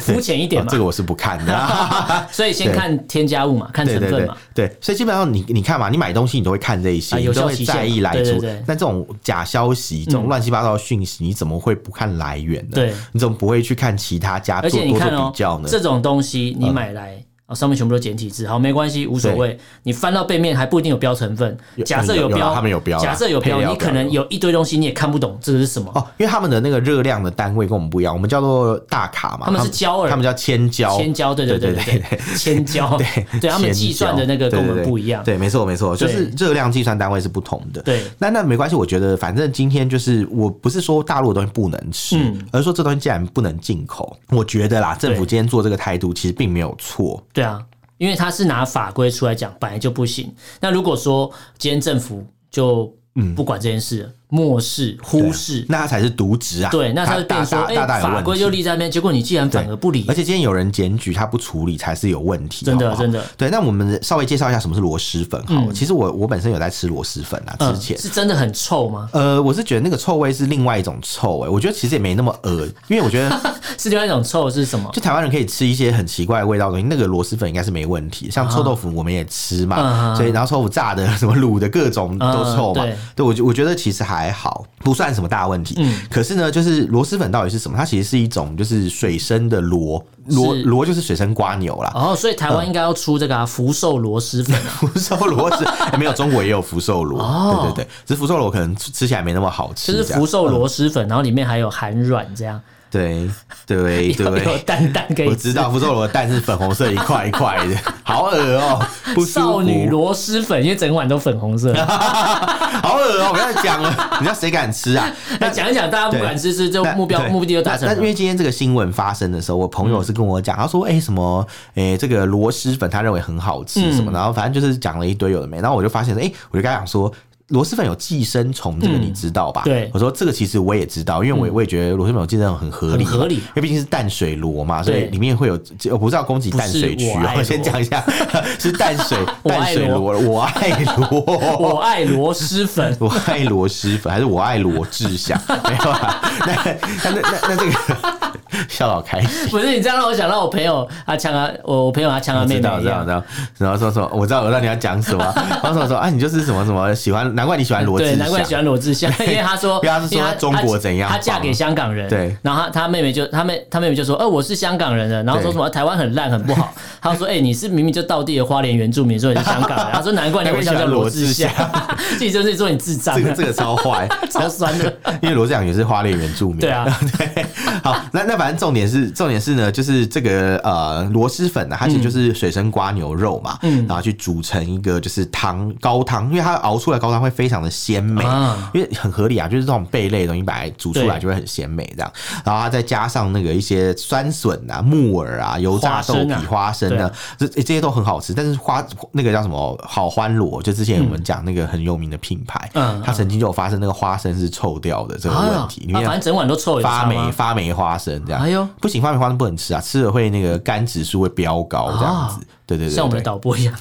Speaker 2: 肤浅一点
Speaker 1: 哦
Speaker 2: 嘛
Speaker 1: 这，个我是不看 的，
Speaker 2: 所以先看添加物嘛，看
Speaker 1: 对
Speaker 2: 成
Speaker 1: 对
Speaker 2: 分
Speaker 1: 对
Speaker 2: 嘛，
Speaker 1: 对，所以基本上你你看嘛，你买东西你都会看这一些，
Speaker 2: 啊
Speaker 1: 你
Speaker 2: 有
Speaker 1: 都
Speaker 2: 效
Speaker 1: 会
Speaker 2: 期限
Speaker 1: 在意
Speaker 2: 嘛
Speaker 1: 来
Speaker 2: 对
Speaker 1: 处
Speaker 2: 对对。嗯
Speaker 1: 那这种假消息、这种乱七八糟的讯息，你怎么会不看来源呢？
Speaker 2: 对，
Speaker 1: 你怎么不会去看其他家
Speaker 2: 而
Speaker 1: 啊做多
Speaker 2: 且你
Speaker 1: 做
Speaker 2: 看哦
Speaker 1: 比较，呢？嗯
Speaker 2: 这种东西你买来。哦，上面全部都简体字，好，没关系，无所谓。你翻到背面还不一定有标成分，
Speaker 1: 有
Speaker 2: 假设
Speaker 1: 有有
Speaker 2: 标，
Speaker 1: 啦他们有标啦
Speaker 2: 假设有
Speaker 1: 配
Speaker 2: 标，
Speaker 1: 料
Speaker 2: 你
Speaker 1: 表
Speaker 2: 可能
Speaker 1: 有
Speaker 2: 有一堆东西你也看不懂，这个是什么？
Speaker 1: 哦，因为他们的那个热量的单位跟我们不一样，我们叫做大卡嘛，
Speaker 2: 他们是焦耳
Speaker 1: 他们叫千焦，
Speaker 2: 千焦，对
Speaker 1: 对
Speaker 2: 对
Speaker 1: 对
Speaker 2: 对对，千焦，对，他们计算的那个跟我们不一样，
Speaker 1: 对，没错没错，就
Speaker 2: 对
Speaker 1: 是热量计算单位是不同的。
Speaker 2: 对
Speaker 1: 那那没关系，我觉得反正今天就是我不是说大陆的东西不能吃，
Speaker 2: 嗯
Speaker 1: 而是说这东西既然不能进口，我觉得啦，政府
Speaker 2: 对
Speaker 1: 今天做这个态度其实并没有错。
Speaker 2: 对啊，因为他是拿法规出来讲，本来就不行。那如果说今天政府就嗯，不管这件事了，漠视、忽视。
Speaker 1: 那他才是渎职啊！
Speaker 2: 对，那
Speaker 1: 他
Speaker 2: 他就变
Speaker 1: 大
Speaker 2: 说，
Speaker 1: 啊大
Speaker 2: 哎、
Speaker 1: 大大有
Speaker 2: 法
Speaker 1: 问
Speaker 2: 规
Speaker 1: 题
Speaker 2: 就立在那边，结果你既然反而不理
Speaker 1: 而，且今天有人检举他不处理才是有问题，
Speaker 2: 真的
Speaker 1: 好不好
Speaker 2: 真的
Speaker 1: 对，那我们稍微介绍一下什么是螺蛳粉好了。其实我我本身有在吃螺蛳粉啊，之
Speaker 2: 嗯，
Speaker 1: 前。
Speaker 2: 是真的很臭吗？
Speaker 1: 呃，我是觉得那个臭味是另外一种臭欸味、我觉得其实也没那么恶，因为我觉得
Speaker 2: 是另外一种臭是什么？
Speaker 1: 就台湾人可以吃一些很奇怪的味道的东西，那个螺蛳粉应该是没问题。
Speaker 2: 啊
Speaker 1: 像臭豆腐我们也吃嘛，
Speaker 2: 嗯
Speaker 1: 所以然后臭豆腐炸的、什么卤的各种都臭嘛。
Speaker 2: 嗯对
Speaker 1: 对，我觉我觉得其实还好，不算什么大问题。
Speaker 2: 嗯
Speaker 1: 可是呢，就是螺蛳粉到底是什么？它其实是一种就是水生的螺，螺
Speaker 2: 是
Speaker 1: 螺就是水生瓜牛啦。
Speaker 2: 哦，所以台
Speaker 1: 嗯
Speaker 2: 湾应该要出这个啊，福寿螺蛳粉啊，
Speaker 1: 福寿螺是、欸没有，中国也有福寿螺，
Speaker 2: 哦
Speaker 1: 对对对，只是福寿螺可能吃吃起来没那么好吃
Speaker 2: 就
Speaker 1: 这
Speaker 2: 是
Speaker 1: 样，
Speaker 2: 福寿螺蛳粉，然后里面还有含软这样，
Speaker 1: 对对
Speaker 2: 有 有
Speaker 1: 对。
Speaker 2: 蛋蛋可
Speaker 1: 我
Speaker 2: 以
Speaker 1: 知
Speaker 2: 吃。
Speaker 1: 道福寿螺的蛋是粉红色一块一块的，好恶哦、不舒服，
Speaker 2: 少女螺蛳粉，因为整碗都粉 红色。
Speaker 1: 好恶哦、不要再讲了，你知道谁敢吃啊？
Speaker 2: 那讲一讲，大家不敢吃，是就
Speaker 1: 但
Speaker 2: 目标
Speaker 1: 对
Speaker 2: 目的就达成
Speaker 1: 但但因
Speaker 2: 了。嗯
Speaker 1: 为今天这个新闻发生的时候，我朋友是跟我讲，他说：“哎、什么？哎、这个螺蛳粉他认为很好吃
Speaker 2: 嗯
Speaker 1: 什么？”然后反正就是讲了一堆有的没。然后我就发现，哎、我就跟他讲说。螺蛳粉有寄生虫，这个你知道吧？
Speaker 2: 嗯对嗯
Speaker 1: 我说这个其实我也知道，因为我也我也觉得螺蛳粉有寄生虫很合理嘛，
Speaker 2: 很合理啊
Speaker 1: 因为毕竟是淡水螺嘛，所以
Speaker 2: 对
Speaker 1: 里面会有，我不知道攻击淡水区
Speaker 2: 不是我
Speaker 1: 哦
Speaker 2: 爱，螺
Speaker 1: 我先讲一下， 是淡水
Speaker 2: 我爱
Speaker 1: 淡水
Speaker 2: 螺
Speaker 1: 螺，我爱螺，，
Speaker 2: 我爱螺蛳 粉
Speaker 1: 我爱罗师 粉，还是我爱罗志 祥？没有啦，那那那那那这个 笑老开心。
Speaker 2: 不是你这样让我想到我朋友阿强啊，我我朋友阿强啊妹
Speaker 1: 知
Speaker 2: 妹
Speaker 1: 道，
Speaker 2: 一
Speaker 1: 知道，
Speaker 2: 样
Speaker 1: 知。道，然后说什么？我知道，我知道你要讲什么。然后说说啊，你就是什么什么喜欢，难怪你喜欢罗
Speaker 2: 对，
Speaker 1: 志
Speaker 2: 难怪
Speaker 1: 祥
Speaker 2: 喜。欢 罗志祥，因为他说，
Speaker 1: 因为他是说
Speaker 2: 因为他
Speaker 1: 中国怎样
Speaker 2: 他嫁
Speaker 1: 棒
Speaker 2: 给香港人，
Speaker 1: 对
Speaker 2: 然后他他妹妹就他妹他妹妹就说，呃，我是香港人的，然后说
Speaker 1: 对
Speaker 2: 什么啊台湾很烂很 不好，他说，哎，你是明明就道地的花莲原住民，说你是香港人，他说难怪你
Speaker 1: 难怪
Speaker 2: 偶
Speaker 1: 喜
Speaker 2: 像叫
Speaker 1: 欢
Speaker 2: 罗
Speaker 1: 罗
Speaker 2: 志
Speaker 1: 志
Speaker 2: 祥， 自己就是说你智障
Speaker 1: 这个
Speaker 2: 啊，
Speaker 1: 这个超坏，
Speaker 2: 超酸的，
Speaker 1: 因为罗志祥也是花莲原住民。
Speaker 2: 对啊，
Speaker 1: 对。好，那那反正重点是重点是呢，就是这个呃螺蛳粉呢、它其实
Speaker 2: 嗯
Speaker 1: 就是水生瓜牛肉嘛，然后去煮成一个就是汤高汤，因为它熬出来高汤会非常的鲜美，
Speaker 2: 啊
Speaker 1: 因为很合理啊，就是这种贝类的东西本来煮出来
Speaker 2: 对
Speaker 1: 就会很鲜美这样，然后它再加上那个一些酸笋啊、木耳啊、油炸豆皮、
Speaker 2: 花生啊
Speaker 1: 花生
Speaker 2: 对
Speaker 1: 啊
Speaker 2: 啊，
Speaker 1: 这这些都很好吃，但是花那个叫什么好欢螺，就之前我们讲那个很有名的品牌，
Speaker 2: 嗯嗯
Speaker 1: 它曾经就有发生那个花生是臭掉的这个问题，里
Speaker 2: 啊，反
Speaker 1: 面
Speaker 2: 正整碗都臭，有
Speaker 1: 发
Speaker 2: 差
Speaker 1: 霉
Speaker 2: 吗
Speaker 1: 发霉花生这样，
Speaker 2: 哎呦
Speaker 1: 不行，发霉花生不能吃啊，吃了会那个肝指数会飙高这样子，
Speaker 2: 啊
Speaker 1: 对对对对，
Speaker 2: 像我们的导 播一样，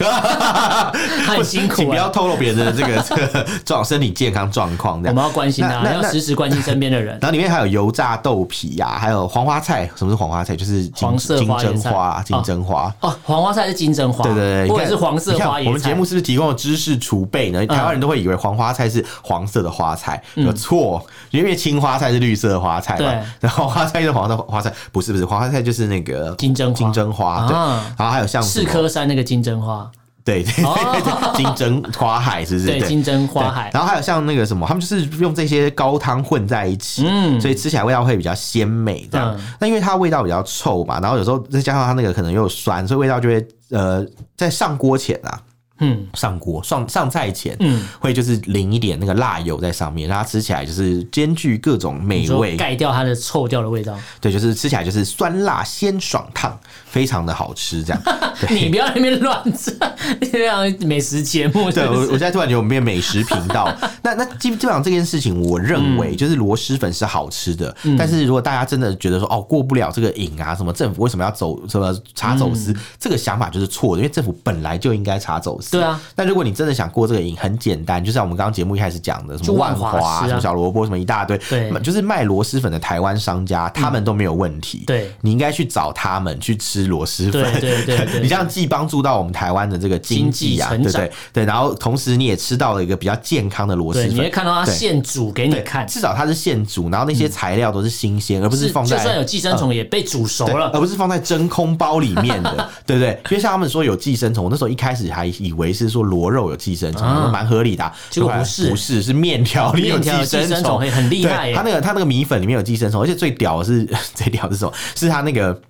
Speaker 2: 他很辛
Speaker 1: 请
Speaker 2: 苦
Speaker 1: 不要
Speaker 2: 啊。
Speaker 1: 透露别人的这个这个状身体健康状况这样
Speaker 2: 我们。要关心
Speaker 1: 那
Speaker 2: 他，
Speaker 1: 那
Speaker 2: 要
Speaker 1: 那
Speaker 2: 时时关心身边的人。
Speaker 1: 然后里面还有油炸豆皮呀、还有黄花菜。什么是黄花菜？就是金
Speaker 2: 黄色
Speaker 1: 金
Speaker 2: 花椰
Speaker 1: 针
Speaker 2: 菜
Speaker 1: 花啊、金
Speaker 2: 哦
Speaker 1: 针花。
Speaker 2: 哦，黄花菜是金针花，
Speaker 1: 对对对，你
Speaker 2: 或者
Speaker 1: 看
Speaker 2: 是黄色
Speaker 1: 你看
Speaker 2: 花椰菜。嗯
Speaker 1: 我们节目是不是提供了知识储备呢？台湾人都会以为黄花菜是黄色的花菜，有错，因为青花菜是绿色的花菜
Speaker 2: 对
Speaker 1: 嘛，然后花菜是黄色花菜，不是不是，黄花菜就是那个
Speaker 2: 金针花
Speaker 1: 金针花，对，
Speaker 2: 啊
Speaker 1: 然后还有像什
Speaker 2: 四
Speaker 1: 么
Speaker 2: 颗山那个金针花，
Speaker 1: 对对对
Speaker 2: 哦
Speaker 1: 对，金针花海是不是？
Speaker 2: 对，金针花海
Speaker 1: 对，然后还有像那个什么，他们就是用这些高汤混在一起，
Speaker 2: 嗯
Speaker 1: 所以吃起来味道会比较鲜美这样
Speaker 2: 嗯。
Speaker 1: 那、因为它味道比较臭嘛，然后有时候再加上它那个可能又有酸，所以味道就会呃，在上锅前啊，
Speaker 2: 嗯
Speaker 1: 上锅上上菜前，
Speaker 2: 嗯，
Speaker 1: 会就是淋一点那个辣油在上面，让它吃起来就是兼具各种美
Speaker 2: 就
Speaker 1: 味。
Speaker 2: 盖掉它的臭掉的味 道。
Speaker 1: 对，就是吃起来就是酸辣鲜爽烫，非常的好吃 这样。
Speaker 2: 你不要在那边乱吃， 这样美食节 目
Speaker 1: 对
Speaker 2: 是
Speaker 1: 我，
Speaker 2: 不
Speaker 1: 我
Speaker 2: 是
Speaker 1: 现在突然觉得我们变美食频道。那那基基本上这件事情，我认为
Speaker 2: 嗯
Speaker 1: 就是螺蛳粉是好吃的，但是如果大家真的觉得说哦过不了这个瘾啊，什么政府为什么要走什么查走
Speaker 2: 嗯
Speaker 1: 私，这个想法就是错的，因为政府本来就应该查走私。
Speaker 2: 对啊。
Speaker 1: 那如果你真的想过这个瘾，很简单，就像我们刚刚节目一开始讲的，什
Speaker 2: 就
Speaker 1: 么
Speaker 2: 万
Speaker 1: 万
Speaker 2: 华
Speaker 1: 华啊、
Speaker 2: 吃啊
Speaker 1: 什么小萝卜，什么一大堆，
Speaker 2: 对嗯
Speaker 1: 就是卖螺蛳粉的台湾商家，他们都没有问题。
Speaker 2: 对
Speaker 1: 你应该去找他们去吃螺蛳粉。
Speaker 2: 对对对对 对
Speaker 1: 你这样既帮助到我们台湾的这个经济啊，
Speaker 2: 经济成
Speaker 1: 对不
Speaker 2: 长
Speaker 1: 对？对，然后同时你也吃到了一个比较健康的螺蛳
Speaker 2: 对，
Speaker 1: 粉，
Speaker 2: 你会看到它
Speaker 1: 对
Speaker 2: 现煮给你
Speaker 1: 对
Speaker 2: 看，嗯
Speaker 1: 至少它是现煮，然后那些材料都是新鲜，而不是放
Speaker 2: 就算有
Speaker 1: 在。
Speaker 2: 寄生虫也被煮熟
Speaker 1: 对，而
Speaker 2: 了。
Speaker 1: 不是放在真空包里面的， 对不对？因为像他们说有寄生虫，我那时候一开始还以为是说螺肉有寄生虫，
Speaker 2: 啊
Speaker 1: 蛮合理的啊、
Speaker 2: 结果
Speaker 1: 后来
Speaker 2: 不是
Speaker 1: 不是是面条哦里有
Speaker 2: 面条有寄
Speaker 1: 生
Speaker 2: 生虫嘿很厉害
Speaker 1: 对
Speaker 2: 耶
Speaker 1: 它那个它那个米粉里面有寄生虫，而且最屌的是 最屌的是什么？是它那个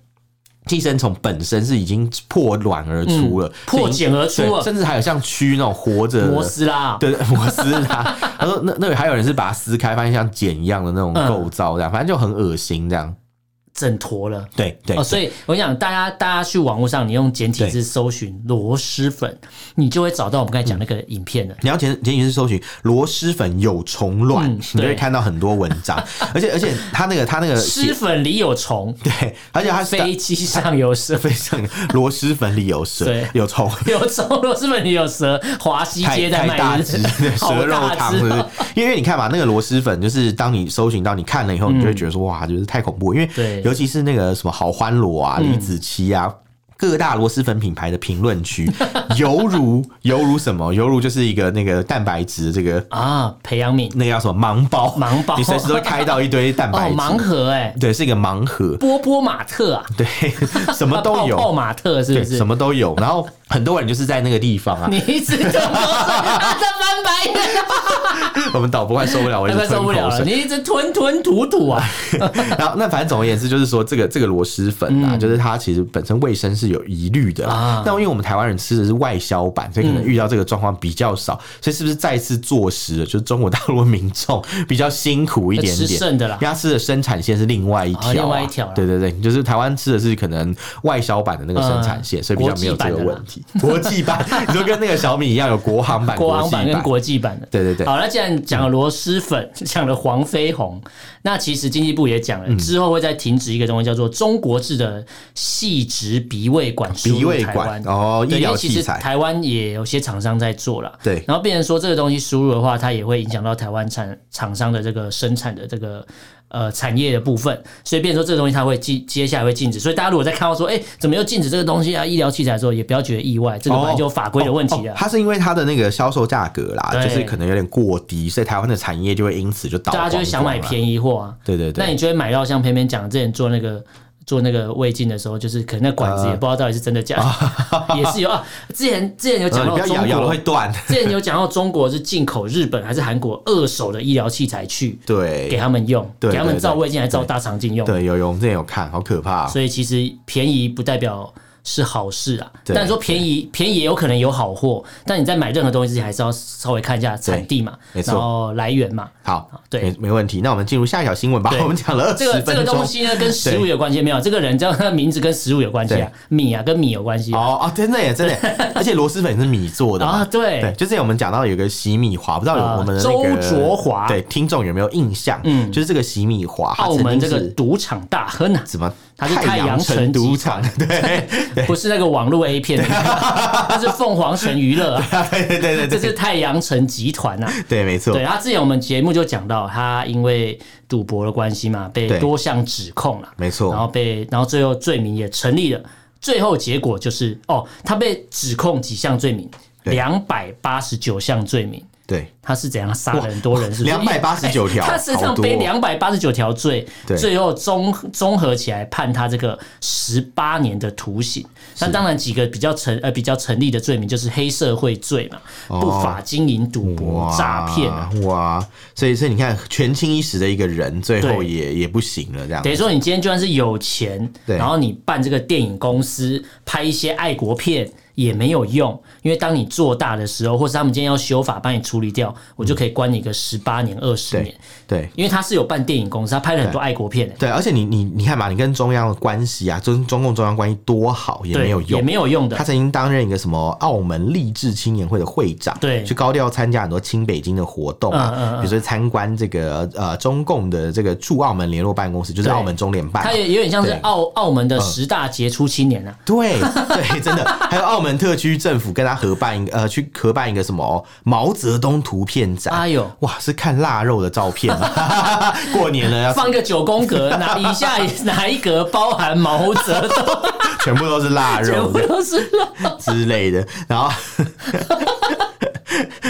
Speaker 1: 寄生虫本身是已经破卵而出了，所以
Speaker 2: 嗯破茧而出
Speaker 1: 对
Speaker 2: 了
Speaker 1: 甚至还有像蛆那种活着的
Speaker 2: 摩斯啊啦，
Speaker 1: 对，对摩斯啦。他说那那里还有人是把它撕开，发现像茧一样的那种
Speaker 2: 嗯
Speaker 1: 构造，这样、反正就很恶心这样。
Speaker 2: 整坨了。
Speaker 1: 对哎对
Speaker 2: 哦，所以我想大家大家去网络上，你用简体字搜寻螺蛳粉，你就会找到我们刚才
Speaker 1: 嗯
Speaker 2: 讲那个影片了。
Speaker 1: 你要前前几是搜寻螺蛳粉有虫卵，
Speaker 2: 嗯
Speaker 1: 你就会
Speaker 2: 对
Speaker 1: 看到很多文 章，而且而且他那个他那个
Speaker 2: 吃粉里有虫，
Speaker 1: 呃对，而且他
Speaker 2: 飞机上有 蛇，
Speaker 1: 非常螺蛳粉里有蛇
Speaker 2: 对
Speaker 1: 有虫，
Speaker 2: 有虫螺蛳粉里有蛇，华西
Speaker 1: 太
Speaker 2: 街在
Speaker 1: 太
Speaker 2: 卖
Speaker 1: 大
Speaker 2: 的
Speaker 1: 只，对蛇
Speaker 2: 好
Speaker 1: 肉
Speaker 2: 大
Speaker 1: 汤
Speaker 2: 只
Speaker 1: 是不是
Speaker 2: 哦，？
Speaker 1: 因为你看嘛，那个螺蛳粉就是当你搜寻到你看了以后，你就会觉得说、哇，就是太恐怖，因为
Speaker 2: 嗯对嗯
Speaker 1: 尤其是那个什么好欢螺啊、李子柒啊。各大螺蛳粉品牌的评论区， 犹如犹如什么？犹如就是一个那个蛋白质，这个
Speaker 2: 啊，培养皿
Speaker 1: 那个叫什么盲包？
Speaker 2: 盲包
Speaker 1: 你随时都会开到一堆蛋 白
Speaker 2: 哦，
Speaker 1: 质。
Speaker 2: 盲盒哎、
Speaker 1: 对，是一个盲 盒，
Speaker 2: 波波马特啊，
Speaker 1: 对， 什么都有，
Speaker 2: 泡泡马特是
Speaker 1: 对，
Speaker 2: 不是？
Speaker 1: 什么都有。然后很多人就是在那个地方啊，
Speaker 2: 你一直 吐口水，他在翻白眼，
Speaker 1: 我们导播快受不了，我一
Speaker 2: 他
Speaker 1: 直
Speaker 2: 快
Speaker 1: 吞
Speaker 2: 受不了
Speaker 1: 口
Speaker 2: 了，
Speaker 1: 水。
Speaker 2: 你一直吞吞吐吐啊！
Speaker 1: 然后那反正总而言之，就是说这个这个螺蛳粉啊，就是它其实本身卫生是有疑虑的啦
Speaker 2: 嗯啊。嗯
Speaker 1: 那因为我们台湾人吃的是外销版，所以可能遇到这个状况比较少，所以是不是再次坐实了，就是中国大陆的民众比较辛 苦一点
Speaker 2: 吃
Speaker 1: 点？
Speaker 2: 剩的啦，
Speaker 1: 鸭吃的生产线是另外一条、啊，
Speaker 2: 哦另外一条啦
Speaker 1: 对对对，就是台湾吃的是可能外销版的那个生产线，
Speaker 2: 嗯
Speaker 1: 所以比较没有这个问题。国际版，你就跟那个小米一样，有国行版、
Speaker 2: 国行
Speaker 1: 际
Speaker 2: 版跟国际版的。
Speaker 1: 对对对
Speaker 2: 好，那既然讲了螺蛳粉， 讲了黄飞鸿，那其实经济部也讲
Speaker 1: 嗯
Speaker 2: 了，之后会再停止一个东西，叫做中国制的细质鼻胃管输
Speaker 1: 鼻
Speaker 2: 入
Speaker 1: 胃
Speaker 2: 台
Speaker 1: 管
Speaker 2: 湾。
Speaker 1: 哦，医
Speaker 2: 对，因
Speaker 1: 疗
Speaker 2: 为其
Speaker 1: 器
Speaker 2: 实
Speaker 1: 材，
Speaker 2: 台湾也有些厂商在做了，
Speaker 1: 对
Speaker 2: 然后变成说这个东西输入的话，它也会影响到台湾产厂商的这个生产的这个呃产业的部分，所以变成说这个东西它会禁，接下来会禁止。所以大家如果在看到说，哎、怎么又禁止这个东西啊？医疗器材的时候，也不要觉得意外，这
Speaker 1: 哦
Speaker 2: 个本来就有法规的问题了。
Speaker 1: 它是因为它的那个销售价格啦，
Speaker 2: 对
Speaker 1: 就是可能有点过低，所以台湾的产业就会因此就倒
Speaker 2: 大家就会想买
Speaker 1: 宜。
Speaker 2: 便宜货啊，
Speaker 1: 对对对
Speaker 2: 那你就会买到像偏偏讲之前做那个做那个胃镜的时候，就是可能那管子也不知道到底是真的假的， 也是有啊。之前之前有
Speaker 1: 呃
Speaker 2: 讲
Speaker 1: 哦你
Speaker 2: 到
Speaker 1: 不要
Speaker 2: 中
Speaker 1: 咬，咬了
Speaker 2: 国
Speaker 1: 会，断。
Speaker 2: 之前有讲到中国是进口日本还是韩国二手的医疗器材去给
Speaker 1: 对
Speaker 2: 他们用，
Speaker 1: 对
Speaker 2: 给他们
Speaker 1: 对
Speaker 2: 照
Speaker 1: 对
Speaker 2: 胃镜还照大肠镜用，
Speaker 1: 对，有有，我们之前有看，好可怕哦。
Speaker 2: 所以其实便宜不代表。是好事啊，
Speaker 1: 对
Speaker 2: 但说便宜便宜也有可能有好货，但你在买任何东西之前还是要稍微看一下产地嘛，
Speaker 1: 对没错
Speaker 2: 然后来源嘛，
Speaker 1: 好，
Speaker 2: 对
Speaker 1: 没没问题。那我们进入下一条新闻吧。
Speaker 2: 对
Speaker 1: 我们讲了二
Speaker 2: 这
Speaker 1: 十
Speaker 2: 个这个
Speaker 1: 分钟
Speaker 2: 东。西呢，跟食物有关系没有？这个人叫他的名字跟食物有关系啊，米啊跟米有关系啊。
Speaker 1: 哦哦，真的耶，真的耶，而且螺蛳粉是米做的嘛
Speaker 2: 啊，。对，
Speaker 1: 对，就是我们讲到有个洗米华，不知道有
Speaker 2: 啊
Speaker 1: 我们的那个
Speaker 2: 周卓华
Speaker 1: 对听众有没有印象？嗯，就是这个洗米华，它
Speaker 2: 澳
Speaker 1: 曾
Speaker 2: 门这
Speaker 1: 经
Speaker 2: 个
Speaker 1: 是
Speaker 2: 赌场大亨啊，
Speaker 1: 什么？
Speaker 2: 它是太
Speaker 1: 阳
Speaker 2: 阳
Speaker 1: 城
Speaker 2: 城
Speaker 1: 赌
Speaker 2: 集
Speaker 1: 场，对
Speaker 2: 不是那个网络 A 片， 那是凤凰城娱乐啊，
Speaker 1: 对对对对
Speaker 2: 这是太阳城集团啊。
Speaker 1: 对，没错
Speaker 2: 对，。他之前我们节目就讲到，他因为赌博的关系嘛，
Speaker 1: 对
Speaker 2: 被多项指控了，
Speaker 1: 没错
Speaker 2: 然后被，然后最后罪名也成立了，最后结果就是，哦，他被指控几项罪名，
Speaker 1: 对
Speaker 2: 两百八十九项罪名。
Speaker 1: 对，
Speaker 2: 他是怎样杀了很多人？是不是
Speaker 1: 289条
Speaker 2: 哎他身
Speaker 1: 好
Speaker 2: 上
Speaker 1: 多哦
Speaker 2: 背两百八十九条罪
Speaker 1: 对，
Speaker 2: 最后综综合起来判他这个十八年的徒刑。那当然几个比较成呃比较成立的罪名就是黑社会罪嘛，不法经营、赌博
Speaker 1: 哦哇、
Speaker 2: 诈骗啊。
Speaker 1: 哇！所以所以你看，权倾一时的一个人，最后
Speaker 2: 对
Speaker 1: 也也不行了，这样
Speaker 2: 等于说，你今天就算是有钱，
Speaker 1: 对
Speaker 2: 然后你办这个电影公司，拍一些爱国片也没有用，因为当你做大的时候，或是他们今天要修法帮你处理掉，我就可以关你个十八年、二十年
Speaker 1: 嗯对。对。
Speaker 2: 因为他是有办电影公司，他拍了很多爱国片、欸，
Speaker 1: 对，而且你你你看嘛，你跟中央的关系啊，中中共中央关系多好，也
Speaker 2: 对，
Speaker 1: 没有用
Speaker 2: 也。没有用
Speaker 1: 他
Speaker 2: 的。
Speaker 1: 曾经担任一个什么澳门励志青年会的会长，
Speaker 2: 对
Speaker 1: 去高调参加很多亲北京的活动啊，
Speaker 2: 嗯嗯嗯
Speaker 1: 比如说参观这个呃中共的这个驻澳门联络办公室，就是
Speaker 2: 对
Speaker 1: 澳门中联办嘛，
Speaker 2: 他也有点像是
Speaker 1: 对嗯
Speaker 2: 澳澳门的十大杰出青年啊，
Speaker 1: 对对，真的， 还有澳门特区政府跟他合办一个呃，去合办一个什么哦毛泽东图片展。
Speaker 2: 哎呦
Speaker 1: 哇，是看腊肉的照片啊！ 过年了要
Speaker 2: 放一个九宫格， 哪以下哪一格包含毛泽东，
Speaker 1: 全部都是腊
Speaker 2: 全
Speaker 1: 肉
Speaker 2: 部都是肉
Speaker 1: 之类的，然 后。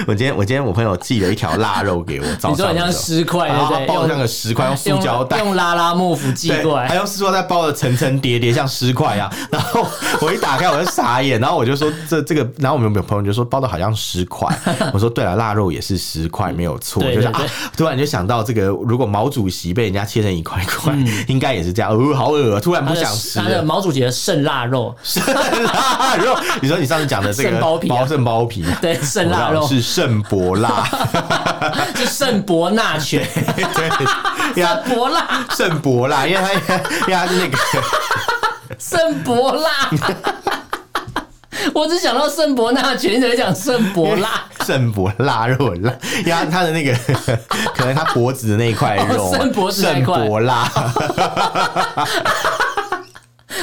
Speaker 1: 我今天我今天我朋友寄了一条腊肉给我，早
Speaker 2: 你说
Speaker 1: 上
Speaker 2: 很
Speaker 1: 的
Speaker 2: 像
Speaker 1: 时候
Speaker 2: 尸块，
Speaker 1: 然后他
Speaker 2: 对
Speaker 1: 包
Speaker 2: 不
Speaker 1: 了那
Speaker 2: 对？
Speaker 1: 个十块，用塑
Speaker 2: 用
Speaker 1: 胶袋，
Speaker 2: 用拉拉幕府寄
Speaker 1: 对，
Speaker 2: 过来
Speaker 1: 还，用塑料袋包的层层叠叠，像尸块一样。 然后我一打开，我就傻眼，然后我就说这这个，然后我们有朋友就说包的好像尸 块，我说对了，腊肉也是尸块，没有错。
Speaker 2: 对
Speaker 1: 就是
Speaker 2: 对
Speaker 1: 啊，突然就想到这个，如果毛主席被人家切成一块一块，应该也是这样，哦，好恶，突然
Speaker 2: 他
Speaker 1: 不
Speaker 2: 的
Speaker 1: 想吃
Speaker 2: 嗯他的
Speaker 1: 了。
Speaker 2: 毛主席的剩 腊肉，
Speaker 1: 腊肉，你说你上次讲的这个
Speaker 2: 肾包皮啊
Speaker 1: 包肾包皮，
Speaker 2: 对，剩腊
Speaker 1: 我
Speaker 2: 肉
Speaker 1: 知道是圣伯腊，
Speaker 2: 是圣伯纳犬，
Speaker 1: 对，因为他
Speaker 2: 圣博辣，
Speaker 1: 圣博啦，因为他因为他是那个
Speaker 2: 圣博辣。 我只想到圣伯纳群，一直在讲圣伯 辣，
Speaker 1: 圣伯腊肉很辣，因为他他的那个 可能他脖子的那一块肉
Speaker 2: 哦
Speaker 1: 啊，
Speaker 2: 圣脖子那一
Speaker 1: 圣
Speaker 2: 块
Speaker 1: 伯 腊，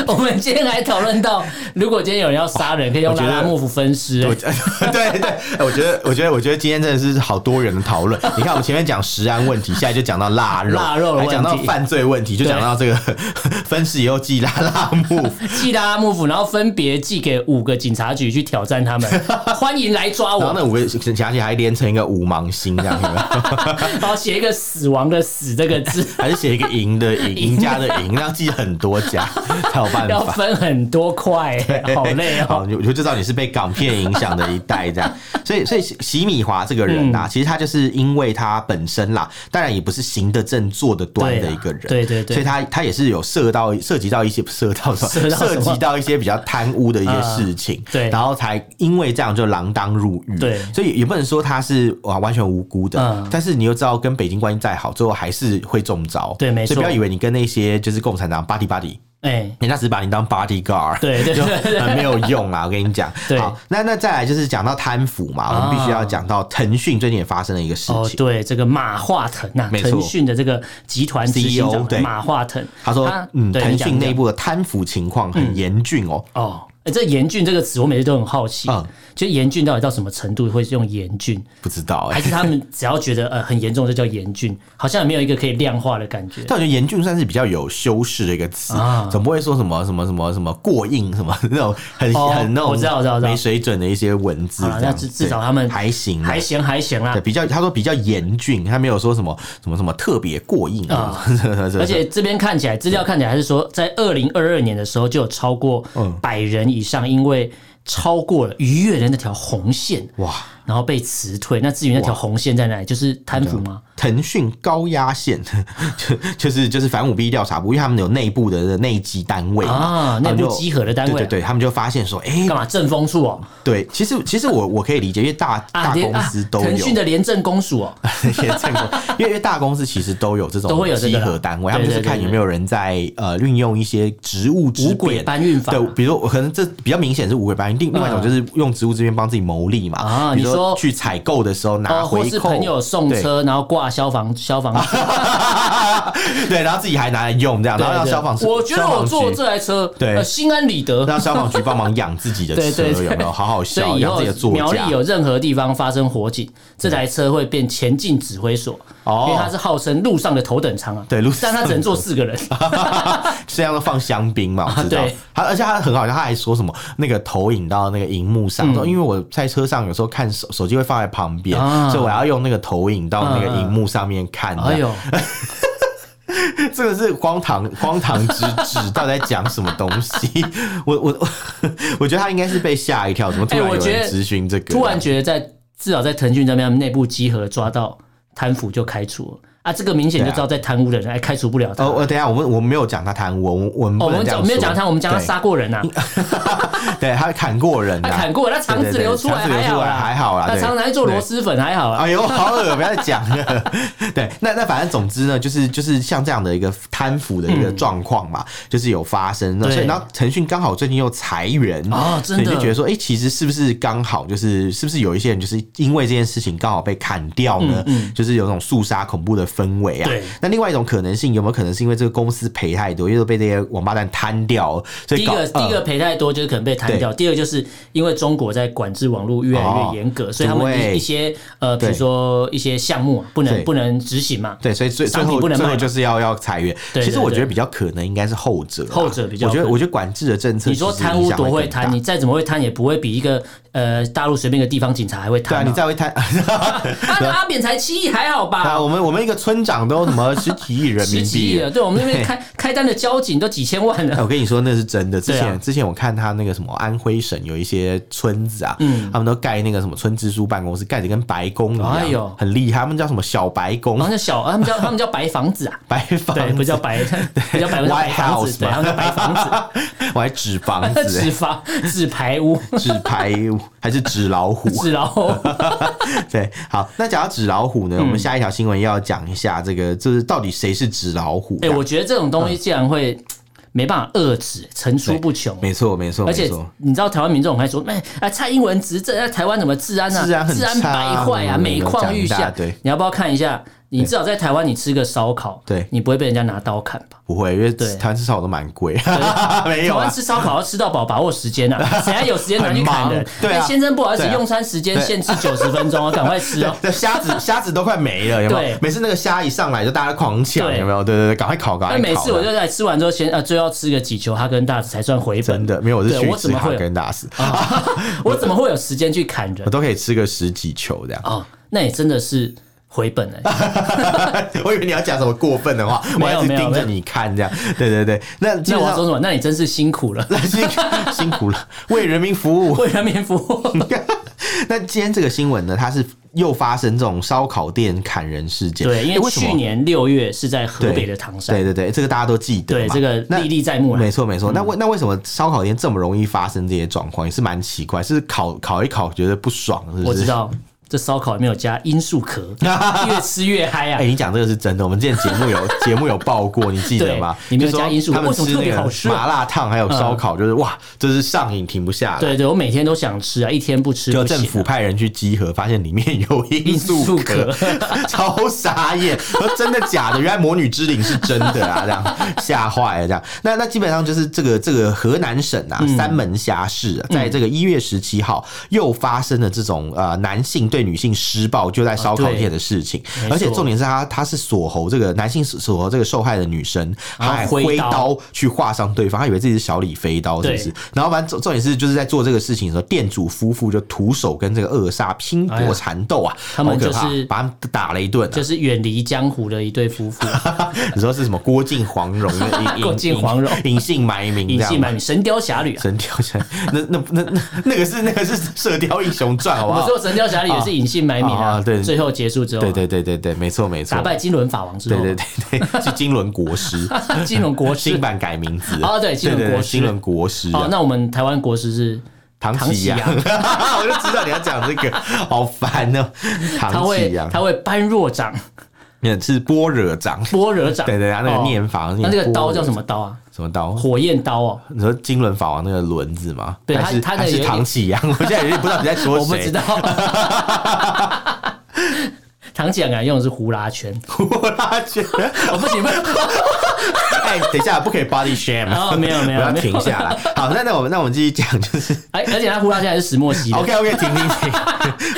Speaker 2: 我们今天还讨论到，如果今天有人要杀人，可以用拉拉幕府分尸、
Speaker 1: 我
Speaker 2: 欸。
Speaker 1: 觉得对对，哎我觉得我觉得我觉得今天真的是好多人的讨 论。你看，我们前面讲食安问题，现在就讲到腊肉，
Speaker 2: 腊肉的
Speaker 1: 还讲到
Speaker 2: 问题
Speaker 1: 犯罪问题，就讲到这个 分尸以后记拉拉 木。
Speaker 2: 寄拉拉幕府，然后分别寄给五个警察局去挑战 他们，欢迎来抓
Speaker 1: 然后
Speaker 2: 我，
Speaker 1: 那五个加起来还连成一个五芒星这样，有没有
Speaker 2: 然后写一个死亡的死这个字，
Speaker 1: 还是写一个赢的赢，赢家的赢，那要记很多家才有 办
Speaker 2: 要
Speaker 1: 法。
Speaker 2: 分很多块、欸，好累哦、
Speaker 1: 好，你我就知道你是被港片影响的一代这样。所以，所以洗米华这个人
Speaker 2: 嗯
Speaker 1: 呐、其实他就是因为他本身啦，当然也不是行得正坐得端的一个人，
Speaker 2: 对啊对对对
Speaker 1: 所以他他也是有涉到涉及到一些涉到什
Speaker 2: 涉
Speaker 1: 么
Speaker 2: 到
Speaker 1: 涉
Speaker 2: 什么
Speaker 1: 及到一些比较贪污的一些事情，
Speaker 2: 嗯对
Speaker 1: 然后才因为这样就锒铛入狱，
Speaker 2: 对
Speaker 1: 所以也不能说他是哇完全无辜的，
Speaker 2: 嗯
Speaker 1: 但是你又知道跟北京关系再好，最后还是会中招，
Speaker 2: 对没错
Speaker 1: 所以不要以为你跟那些就是共产党 buddy buddy。
Speaker 2: 哎、
Speaker 1: 人家只是把你当 bodyguard，
Speaker 2: 对对
Speaker 1: 就
Speaker 2: 对对
Speaker 1: 很没有用啊！我跟你讲，
Speaker 2: 对
Speaker 1: 好，那那再来就是讲到贪腐嘛，我们必须要讲到腾讯最近也发生了一个事
Speaker 2: 哦，
Speaker 1: 情，
Speaker 2: 对，这个马化腾啊，
Speaker 1: 没错
Speaker 2: 腾讯的这个集团执行
Speaker 1: CEO 对
Speaker 2: 长马化腾，
Speaker 1: 他说，嗯，
Speaker 2: 对
Speaker 1: 腾
Speaker 2: 你讲
Speaker 1: 讯
Speaker 2: 你讲
Speaker 1: 内部的贪腐情况很严峻哦，
Speaker 2: 哦。欸、这“严峻”这个词，我每次都很好奇，
Speaker 1: 嗯
Speaker 2: 就严峻到底到什么程度会用严峻？
Speaker 1: 不知道哎、
Speaker 2: 还是他们只要觉得呃很严重就叫严峻，好像也没有一个可以量化的感觉。
Speaker 1: 但我觉得严峻算是比较有修饰的一个词
Speaker 2: 啊，
Speaker 1: 总不会说什么什么什么什么过硬什么那种很
Speaker 2: 哦
Speaker 1: 很那种
Speaker 2: 我知道我知道我知道
Speaker 1: 没水准的一些文字
Speaker 2: 好啦
Speaker 1: 这样
Speaker 2: 那
Speaker 1: 子，
Speaker 2: 至至
Speaker 1: 对
Speaker 2: 少他们
Speaker 1: 还行啊，
Speaker 2: 还行还行啦
Speaker 1: 对，，比较他说比较严峻，他没有说什么什么什么特别过硬啊
Speaker 2: 啊，
Speaker 1: 而
Speaker 2: 而且这边看起来资料看起来还是说，在二零二二年的时候就有超过百人以上，因为超过了逾越了那条红线，
Speaker 1: 哇。
Speaker 2: 然后被辞退。那至于那条红线在哪里，就是贪腐吗？
Speaker 1: 腾讯高压线， 就就是就是反舞弊调查部，因为他们有内部的内机单位嘛
Speaker 2: 啊
Speaker 1: 他们就
Speaker 2: 内部稽核的单位啊
Speaker 1: 对对对，他们就发现说，哎、
Speaker 2: 干嘛政风处哦？
Speaker 1: 对，其实其实我我可以理解，因为大、
Speaker 2: 啊，
Speaker 1: 大
Speaker 2: 连
Speaker 1: 公
Speaker 2: 啊
Speaker 1: 司都有，
Speaker 2: 腾 讯的廉政公署哦，
Speaker 1: 这些政府，因为因为大公司其实都有这种
Speaker 2: 都会有这
Speaker 1: 集
Speaker 2: 个啦
Speaker 1: 合单位，他们就是
Speaker 2: 对对对
Speaker 1: 看有没有人在呃运用一些职务之
Speaker 2: 五轨
Speaker 1: 便。
Speaker 2: 搬运法嗯
Speaker 1: 对，比如我可能这比较明显是五轨搬运，另另外一种就是用职务之便帮自己谋利嘛。
Speaker 2: 啊
Speaker 1: 比如
Speaker 2: 你说
Speaker 1: 去采购的时候拿
Speaker 2: 哦，或
Speaker 1: 回
Speaker 2: 是
Speaker 1: 扣，
Speaker 2: 朋友送
Speaker 1: 对
Speaker 2: 车，然后挂消防消防局。
Speaker 1: 对，然后自己还拿来用这样，然后让消防
Speaker 2: 我觉得我坐
Speaker 1: 消防
Speaker 2: 这
Speaker 1: 局
Speaker 2: 台车，
Speaker 1: 对
Speaker 2: 呃心安理得。
Speaker 1: 让消防局帮忙养自己的
Speaker 2: 对
Speaker 1: 车，
Speaker 2: 对对
Speaker 1: 有没有？好好
Speaker 2: 所
Speaker 1: 笑，
Speaker 2: 以以
Speaker 1: 养
Speaker 2: 后
Speaker 1: 自己的座
Speaker 2: 苗
Speaker 1: 驾
Speaker 2: 栗。有任何地方发生火警，这台车会变前进指挥所，
Speaker 1: 哦
Speaker 2: 因为它是号称路上的头等舱啊。
Speaker 1: 对路上
Speaker 2: 但它只能坐四 个人。
Speaker 1: 这样都放香槟嘛，我知道
Speaker 2: 啊对。
Speaker 1: 他而且他很好笑，他还说什么那个投影到那个荧幕
Speaker 2: 嗯
Speaker 1: 上，说因为我在车上有时候看手手机会放在旁边，
Speaker 2: 啊
Speaker 1: 所以我要用那个投影到那个
Speaker 2: 嗯
Speaker 1: 荧幕上面看。
Speaker 2: 哎
Speaker 1: 这样
Speaker 2: 呦，
Speaker 1: 这个是荒唐荒唐之至，到底在讲什么东西？ 我我我我觉得他应该是被吓一跳，怎么突然
Speaker 2: 哎我
Speaker 1: 有
Speaker 2: 觉
Speaker 1: 人
Speaker 2: 得
Speaker 1: 咨询这个？
Speaker 2: 突然觉得在至少在腾讯这边他们内部集合抓到贪腐就开除了啊，这个明显就知道在贪污的人，哎，开除不了他。
Speaker 1: 哦，
Speaker 2: 哦
Speaker 1: 我等一下，我们我们没有讲他贪污，我们我们
Speaker 2: 我
Speaker 1: 不能
Speaker 2: 们
Speaker 1: 这
Speaker 2: 讲
Speaker 1: 样
Speaker 2: 没有
Speaker 1: 说
Speaker 2: 讲他，我们讲他杀过 人啊，
Speaker 1: 对，他砍过人
Speaker 2: 他
Speaker 1: 啊，
Speaker 2: 砍过人，他肠
Speaker 1: 对
Speaker 2: 子
Speaker 1: 对对
Speaker 2: 流出来
Speaker 1: 肠子流
Speaker 2: 还
Speaker 1: 出
Speaker 2: 好
Speaker 1: 来
Speaker 2: 啦，
Speaker 1: 还好啦
Speaker 2: 他
Speaker 1: 对
Speaker 2: 常常在做螺蛳粉还好啊。
Speaker 1: 哎呦，好恶，不要再讲了。 对，那那反正总之呢，就是就是像这样的一个贪腐的一个状况嘛，就是有发生。那
Speaker 2: 嗯对
Speaker 1: 所以然后腾讯刚好最近又裁员
Speaker 2: 哦真的
Speaker 1: 所以就觉得说，哎、其实是不是刚好就是是不是有一些人就是因为这件事情刚好被砍掉呢？就是有那种肃杀恐怖的氛围啊
Speaker 2: 嗯对。
Speaker 1: 那另外一种可能性，有没有可能是因为这个公司赔太多，因为都被这些王八蛋贪掉了，所
Speaker 2: 第
Speaker 1: 以
Speaker 2: 一
Speaker 1: 搞呃
Speaker 2: 个，第一个赔太多就是可能被摊掉；第二个就是因为中国在管制网络越来越严格，所以他
Speaker 1: 哦对
Speaker 2: 们一一些呃，比
Speaker 1: 对
Speaker 2: 如说一些项目啊不
Speaker 1: 对
Speaker 2: 能不能执行嘛。
Speaker 1: 对，所以最最
Speaker 2: 商品
Speaker 1: 后
Speaker 2: 不能
Speaker 1: 最
Speaker 2: 卖
Speaker 1: 后
Speaker 2: 嘛
Speaker 1: 就是要要裁员。
Speaker 2: 对
Speaker 1: 其实
Speaker 2: 对
Speaker 1: 我觉得
Speaker 2: 对
Speaker 1: 比较可能应该是后者啦，
Speaker 2: 后者比较
Speaker 1: 我觉得
Speaker 2: 可
Speaker 1: 我觉得管制的政策，
Speaker 2: 你说贪污多会贪，你？再怎么会贪，也不会比一个呃大陆随便一个地方警察还会
Speaker 1: 对啊，
Speaker 2: 贪
Speaker 1: 你
Speaker 2: 嘛。
Speaker 1: 再会贪，
Speaker 2: 啊，阿扁才七亿，还好
Speaker 1: 啊，
Speaker 2: 吧？
Speaker 1: 我们我们一个村长都什么十几亿人
Speaker 2: 十
Speaker 1: 民
Speaker 2: 几亿
Speaker 1: 币
Speaker 2: 了，。对我们那边开开单的交警都几千万
Speaker 1: 哎
Speaker 2: 了。
Speaker 1: 我跟你说，那是真的。之
Speaker 2: 对啊
Speaker 1: 前、之前我看他那个什么安徽省有一些村子啊，他们都盖那个什么村支书办公室，盖的跟白宫一样，
Speaker 2: 嗯哎呦
Speaker 1: 很厉害。他们叫什么小白宫、
Speaker 2: 然后那小，他们叫他们叫白房子啊，
Speaker 1: 呃 白房
Speaker 2: 对，不叫白，不叫白，不叫白
Speaker 1: White
Speaker 2: 房子，
Speaker 1: House
Speaker 2: 对，
Speaker 1: 嘛
Speaker 2: 他们叫白房子。
Speaker 1: 我还纸房子、
Speaker 2: 纸
Speaker 1: 欸，
Speaker 2: 房、纸牌屋、
Speaker 1: 纸牌屋还是纸老虎？
Speaker 2: 纸老虎，
Speaker 1: 对，好，那讲到纸老虎呢，我
Speaker 2: 嗯
Speaker 1: 们下一条新闻要讲一下这个，就是到底谁是纸老虎？
Speaker 2: 哎、我觉得这种
Speaker 1: 嗯
Speaker 2: 东西竟然会没办法遏制，层出不穷。
Speaker 1: 没错，没错，
Speaker 2: 而
Speaker 1: 没
Speaker 2: 且
Speaker 1: 错。
Speaker 2: 你知道台湾民众很爱说，哎、啊，蔡英文执政，啊，台湾怎么治安啊？
Speaker 1: 治安很差
Speaker 2: 败
Speaker 1: 啊
Speaker 2: 坏啊，
Speaker 1: 嗯
Speaker 2: 每况愈
Speaker 1: 讲一
Speaker 2: 下。
Speaker 1: 大堆
Speaker 2: 你要不要看一下？你至少在台湾，你吃个烧烤，
Speaker 1: 对
Speaker 2: 你不会被人家拿刀砍吧？
Speaker 1: 不会，因为
Speaker 2: 对
Speaker 1: 台湾至少都蛮贵， 没
Speaker 2: 台
Speaker 1: 有
Speaker 2: 湾
Speaker 1: 啊。
Speaker 2: 吃烧烤要吃到饱，把握时 间啊！谁还有时间拿去砍
Speaker 1: 很
Speaker 2: 人
Speaker 1: 忙？对啊
Speaker 2: 哎先生不好意思，
Speaker 1: 对啊
Speaker 2: 用餐时间限制九十分钟哦，赶快吃 哦。
Speaker 1: 对，虾子虾子都快没了，有没
Speaker 2: 对
Speaker 1: 有？每次那个虾一上来就大家狂抢，
Speaker 2: 对
Speaker 1: 有没有？对对对，赶快烤，赶快
Speaker 2: 那
Speaker 1: 烤。啊
Speaker 2: 每次我就在吃完之后先呃，最后吃个几球哈根达斯才算回本。
Speaker 1: 真的没有，我是
Speaker 2: 对
Speaker 1: 去
Speaker 2: 我怎
Speaker 1: 吃
Speaker 2: 么
Speaker 1: 哈
Speaker 2: 会有啊
Speaker 1: 根达斯，
Speaker 2: 我怎么会有时间去砍人
Speaker 1: 我都可以吃个十几球这样。
Speaker 2: 哦，那也真的是回本哎、
Speaker 1: 啊我以为你要讲什么过分的话，我
Speaker 2: 没
Speaker 1: 还
Speaker 2: 有
Speaker 1: 一直
Speaker 2: 没有
Speaker 1: 盯
Speaker 2: 没
Speaker 1: 着
Speaker 2: 有
Speaker 1: 你看这样。对对对，那基
Speaker 2: 那
Speaker 1: 本
Speaker 2: 我
Speaker 1: 上
Speaker 2: 要说什么？那你真是辛苦了，
Speaker 1: 辛苦 辛苦了，为人民服务。
Speaker 2: 为 人民服务。
Speaker 1: 那今天这个新闻呢，它是又发生这种烧烤店砍人事件。
Speaker 2: 对，因
Speaker 1: 诶
Speaker 2: 为
Speaker 1: 什么
Speaker 2: 去年六月是在河
Speaker 1: 对
Speaker 2: 北的唐山
Speaker 1: 对，对对，这个大家都记得
Speaker 2: 对
Speaker 1: 嘛。
Speaker 2: 这个
Speaker 1: 那
Speaker 2: 历历在目啊了
Speaker 1: 没。错没错，那为那为什么烧烤店这么容易发生这些状况，也是蛮奇怪，是烤烤一烤觉得不爽，是不是？
Speaker 2: 我知。道这烧烤里面有加罂 粟壳，越吃越嗨啊
Speaker 1: 哎、！你讲这个是真的，我们之前节目 有节目有报过，你记得吗？
Speaker 2: 对里面有
Speaker 1: 就说
Speaker 2: 加因素
Speaker 1: 他们
Speaker 2: 为什么
Speaker 1: 吃
Speaker 2: 特
Speaker 1: 那
Speaker 2: 别好
Speaker 1: 个
Speaker 2: 吃啊嗯
Speaker 1: 麻辣烫还有烧烤，就是、哇，就是上瘾停不下来。
Speaker 2: 对对，我每天都想吃啊，一天不吃
Speaker 1: 就
Speaker 2: 不
Speaker 1: 政
Speaker 2: 行
Speaker 1: 府。派人去稽核，发现里面有罂粟壳
Speaker 2: 罂，
Speaker 1: 超傻眼！说真的假的？原来魔女之灵是真的啊！这样 吓坏了，这样。那那基本上就是这个这个河南省啊，
Speaker 2: 嗯
Speaker 1: 三门峡市、啊，在这个一月十七号又发生了这种呃男性对女性施暴，就在烧烤店的事情，
Speaker 2: 对没错
Speaker 1: 而且重点是他他是锁喉这个男性锁锁喉这个受害的女生，他
Speaker 2: 然后
Speaker 1: 还
Speaker 2: 挥
Speaker 1: 挥
Speaker 2: 刀
Speaker 1: 刀去划伤对方，他以为自己是小李飞刀，是不
Speaker 2: 对
Speaker 1: 是？然后反正重重点是，就是在做这个事情的时候，店主夫妇就徒手跟这个恶煞拼
Speaker 2: 哎呀
Speaker 1: 搏缠斗啊，
Speaker 2: 他们
Speaker 1: 好可怕
Speaker 2: 就是
Speaker 1: 把他们打了一顿、啊。啊
Speaker 2: 就是远离江湖的一对夫 妇，
Speaker 1: 你说是什么？郭靖黄蓉的隐隐
Speaker 2: 郭靖黄蓉
Speaker 1: 隐姓埋名，
Speaker 2: 隐姓埋。名，《神雕侠侣》啊。
Speaker 1: 神雕侠， 那那那那那个是那个是《射雕英雄传》，好不
Speaker 2: 我
Speaker 1: 好？
Speaker 2: 说《神雕侠侣》也是隐姓埋名
Speaker 1: 啊
Speaker 2: 啊
Speaker 1: 啊，对
Speaker 2: 最后结束之后
Speaker 1: 对
Speaker 2: 啊，
Speaker 1: 对对对对，没错没错
Speaker 2: 打，败金轮法王之
Speaker 1: 对
Speaker 2: 后，
Speaker 1: 对对 对，是金轮国师，
Speaker 2: 金轮国 师
Speaker 1: 新。版改名字
Speaker 2: 哦对金轮
Speaker 1: 对
Speaker 2: 国师
Speaker 1: 金轮国师啊
Speaker 2: 哦，那我们台湾国师是
Speaker 1: 唐
Speaker 2: 启
Speaker 1: 启阳， 我就知道你要讲这个，好烦哦，
Speaker 2: 他
Speaker 1: 唐启
Speaker 2: 会
Speaker 1: 阳，
Speaker 2: 他会般若掌、
Speaker 1: 也是般若 掌，
Speaker 2: 般若掌。
Speaker 1: 对对，他那个
Speaker 2: 哦
Speaker 1: 念法，
Speaker 2: 那
Speaker 1: 那
Speaker 2: 这个刀叫什么刀啊？
Speaker 1: 什么刀？
Speaker 2: 火焰刀哦，
Speaker 1: 你说金轮法王那个轮子吗？
Speaker 2: 对
Speaker 1: 还是
Speaker 2: 他他那
Speaker 1: 还
Speaker 2: 个
Speaker 1: 是
Speaker 2: 有
Speaker 1: 唐启阳？我 现在有点不知道你在说
Speaker 2: 我
Speaker 1: 谁。
Speaker 2: 不知道。唐姐敢用的是呼 啦圈，
Speaker 1: 我拉圈。
Speaker 2: 我不行，不行
Speaker 1: 哎，等一下，不可以 body shame。啊
Speaker 2: 哦没有没有
Speaker 1: 我要
Speaker 2: 没有
Speaker 1: 停下来。好，那那我们那我们继续讲， 就是
Speaker 2: 哎，而且他呼啦圈还是石墨烯的，
Speaker 1: OK OK，停停 停，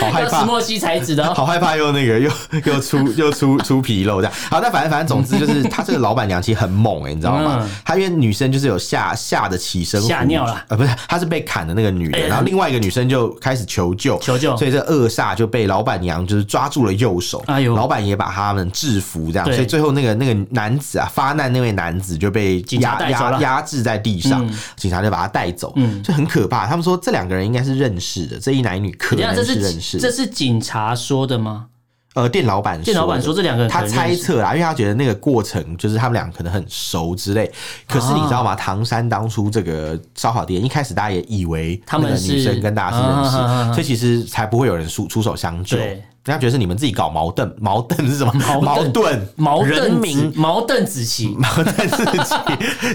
Speaker 1: 好害
Speaker 2: 要
Speaker 1: 怕
Speaker 2: 石。墨烯材质的哦。
Speaker 1: 好害怕又那个又又出又出出纰漏这样。好，那反正反正总之就是他这个老板娘其实很猛哎、你知道吗
Speaker 2: 嗯？
Speaker 1: 她因为女生就是有吓吓得起身
Speaker 2: 吓尿了，
Speaker 1: 呃，不是，她是被砍的那个女的，
Speaker 2: 哎呀
Speaker 1: 然后另外一个女生就开始求救，
Speaker 2: 求救
Speaker 1: 所以这恶煞就被老板娘就是抓住了右手，
Speaker 2: 哎呦
Speaker 1: 老板也把他们制服这样，
Speaker 2: 对
Speaker 1: 所以最后那个那个男子啊，发难那位男子就被
Speaker 2: 警察
Speaker 1: 压
Speaker 2: 带走了
Speaker 1: 压
Speaker 2: 嗯
Speaker 1: 压制在地上，警察就把他带走，就很可怕。他们说这两个人应该是认识的，这一男一女可
Speaker 2: 等一下，
Speaker 1: 能
Speaker 2: 这
Speaker 1: 是认识
Speaker 2: 是
Speaker 1: 的
Speaker 2: 这。是警察说的吗？
Speaker 1: 呃，店老板
Speaker 2: 店老板
Speaker 1: 的
Speaker 2: 说这两个人可
Speaker 1: 他
Speaker 2: 能
Speaker 1: 猜
Speaker 2: 认识
Speaker 1: 测啦，因为他觉得那个过程就是他们俩可能很熟之
Speaker 2: 啊
Speaker 1: 类。可是你知道吗？唐山当初这个烧烤店一开始大家也以为
Speaker 2: 他们
Speaker 1: 那个女
Speaker 2: 是
Speaker 1: 生跟大家是认识，
Speaker 2: 啊啊啊啊
Speaker 1: 所以其实才不会有人出出手相救
Speaker 2: 对。
Speaker 1: 人家觉得是你们自己搞矛盾，矛盾是什么？
Speaker 2: 矛盾
Speaker 1: 矛盾，
Speaker 2: 毛
Speaker 1: 人
Speaker 2: 邓
Speaker 1: 民
Speaker 2: 紫毛邓 紫棋，
Speaker 1: 矛盾自己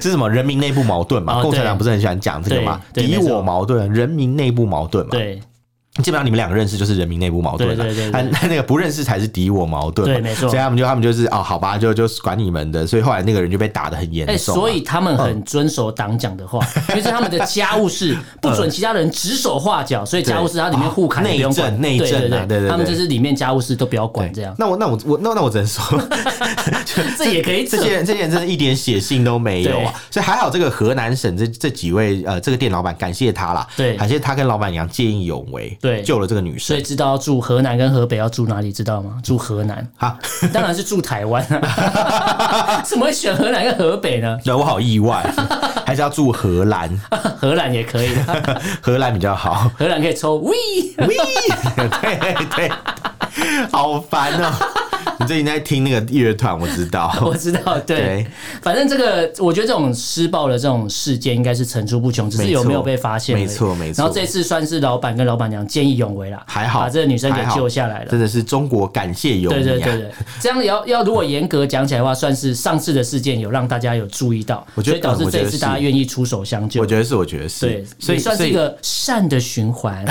Speaker 1: 是什么？人民内部矛盾嘛？
Speaker 2: 哦
Speaker 1: 共产党
Speaker 2: 对
Speaker 1: 不是很喜欢讲这个嘛？
Speaker 2: 对对
Speaker 1: 敌
Speaker 2: 没错
Speaker 1: 我矛盾，人民内部矛盾嘛？
Speaker 2: 对
Speaker 1: 基本上你们两个认识就是人民内部矛盾了，
Speaker 2: 对对 对对
Speaker 1: 啊那那个不认识才是敌我矛盾嘛，
Speaker 2: 对没错
Speaker 1: 所以他们就他们就是哦，好吧，就就管你们的，所以后来那个人就被打得很严
Speaker 2: 哎、
Speaker 1: 重啊、
Speaker 2: 所以他们很遵守党讲的话， 因为是他们的家务事，不准其他人指手画脚，所以家务事它里面互砍
Speaker 1: 嗯对
Speaker 2: 也不用管，
Speaker 1: 内政内
Speaker 2: 对
Speaker 1: 政啊对对对
Speaker 2: 他们就是里面家务事都不要管，这样
Speaker 1: 那我那我我那那我只能说，
Speaker 2: 这也可以
Speaker 1: 这些人这些人真的一点血性都没有啊！所以还好这个河南省这这几位呃这个店老板感谢他啦，
Speaker 2: 对
Speaker 1: 感谢他跟老板娘见义勇为，
Speaker 2: 对
Speaker 1: 救了这个女
Speaker 2: 所
Speaker 1: 生
Speaker 2: 以知道住河南跟河北要住哪里，知道吗？住河南，
Speaker 1: 啊。
Speaker 2: 当然是住台湾啊！ 怎么会选河南跟河北呢？
Speaker 1: 对，我好意外， 还是要住荷兰，
Speaker 2: 荷兰也可以的，
Speaker 1: 荷兰比较好。
Speaker 2: 荷兰可以抽 w
Speaker 1: 喂，对对对，好烦哦、你最近在听那个乐团，我知道。
Speaker 2: 我知道，对，
Speaker 1: 对
Speaker 2: 反正这个我觉得这种施暴的这种事件应该是层出不穷，只是有没有被发现而已。
Speaker 1: 没错没错
Speaker 2: 然后这次算是老板跟老板娘见义勇为啦，
Speaker 1: 还好
Speaker 2: 把这个女生给
Speaker 1: 还好
Speaker 2: 救下来了
Speaker 1: 真。的是中国感谢有你、啊。
Speaker 2: 对对对对，这样也要要如果严格讲起来的话，算是上次的事件有让大家有注意到，
Speaker 1: 我觉得
Speaker 2: 所以导
Speaker 1: 嗯
Speaker 2: 致
Speaker 1: 我觉
Speaker 2: 这
Speaker 1: 得
Speaker 2: 一次
Speaker 1: 是
Speaker 2: 大家愿意出手相救。
Speaker 1: 我觉得是，我觉得是，
Speaker 2: 对，
Speaker 1: 所以
Speaker 2: 也算
Speaker 1: 所
Speaker 2: 是一
Speaker 1: 以
Speaker 2: 个善的 循环，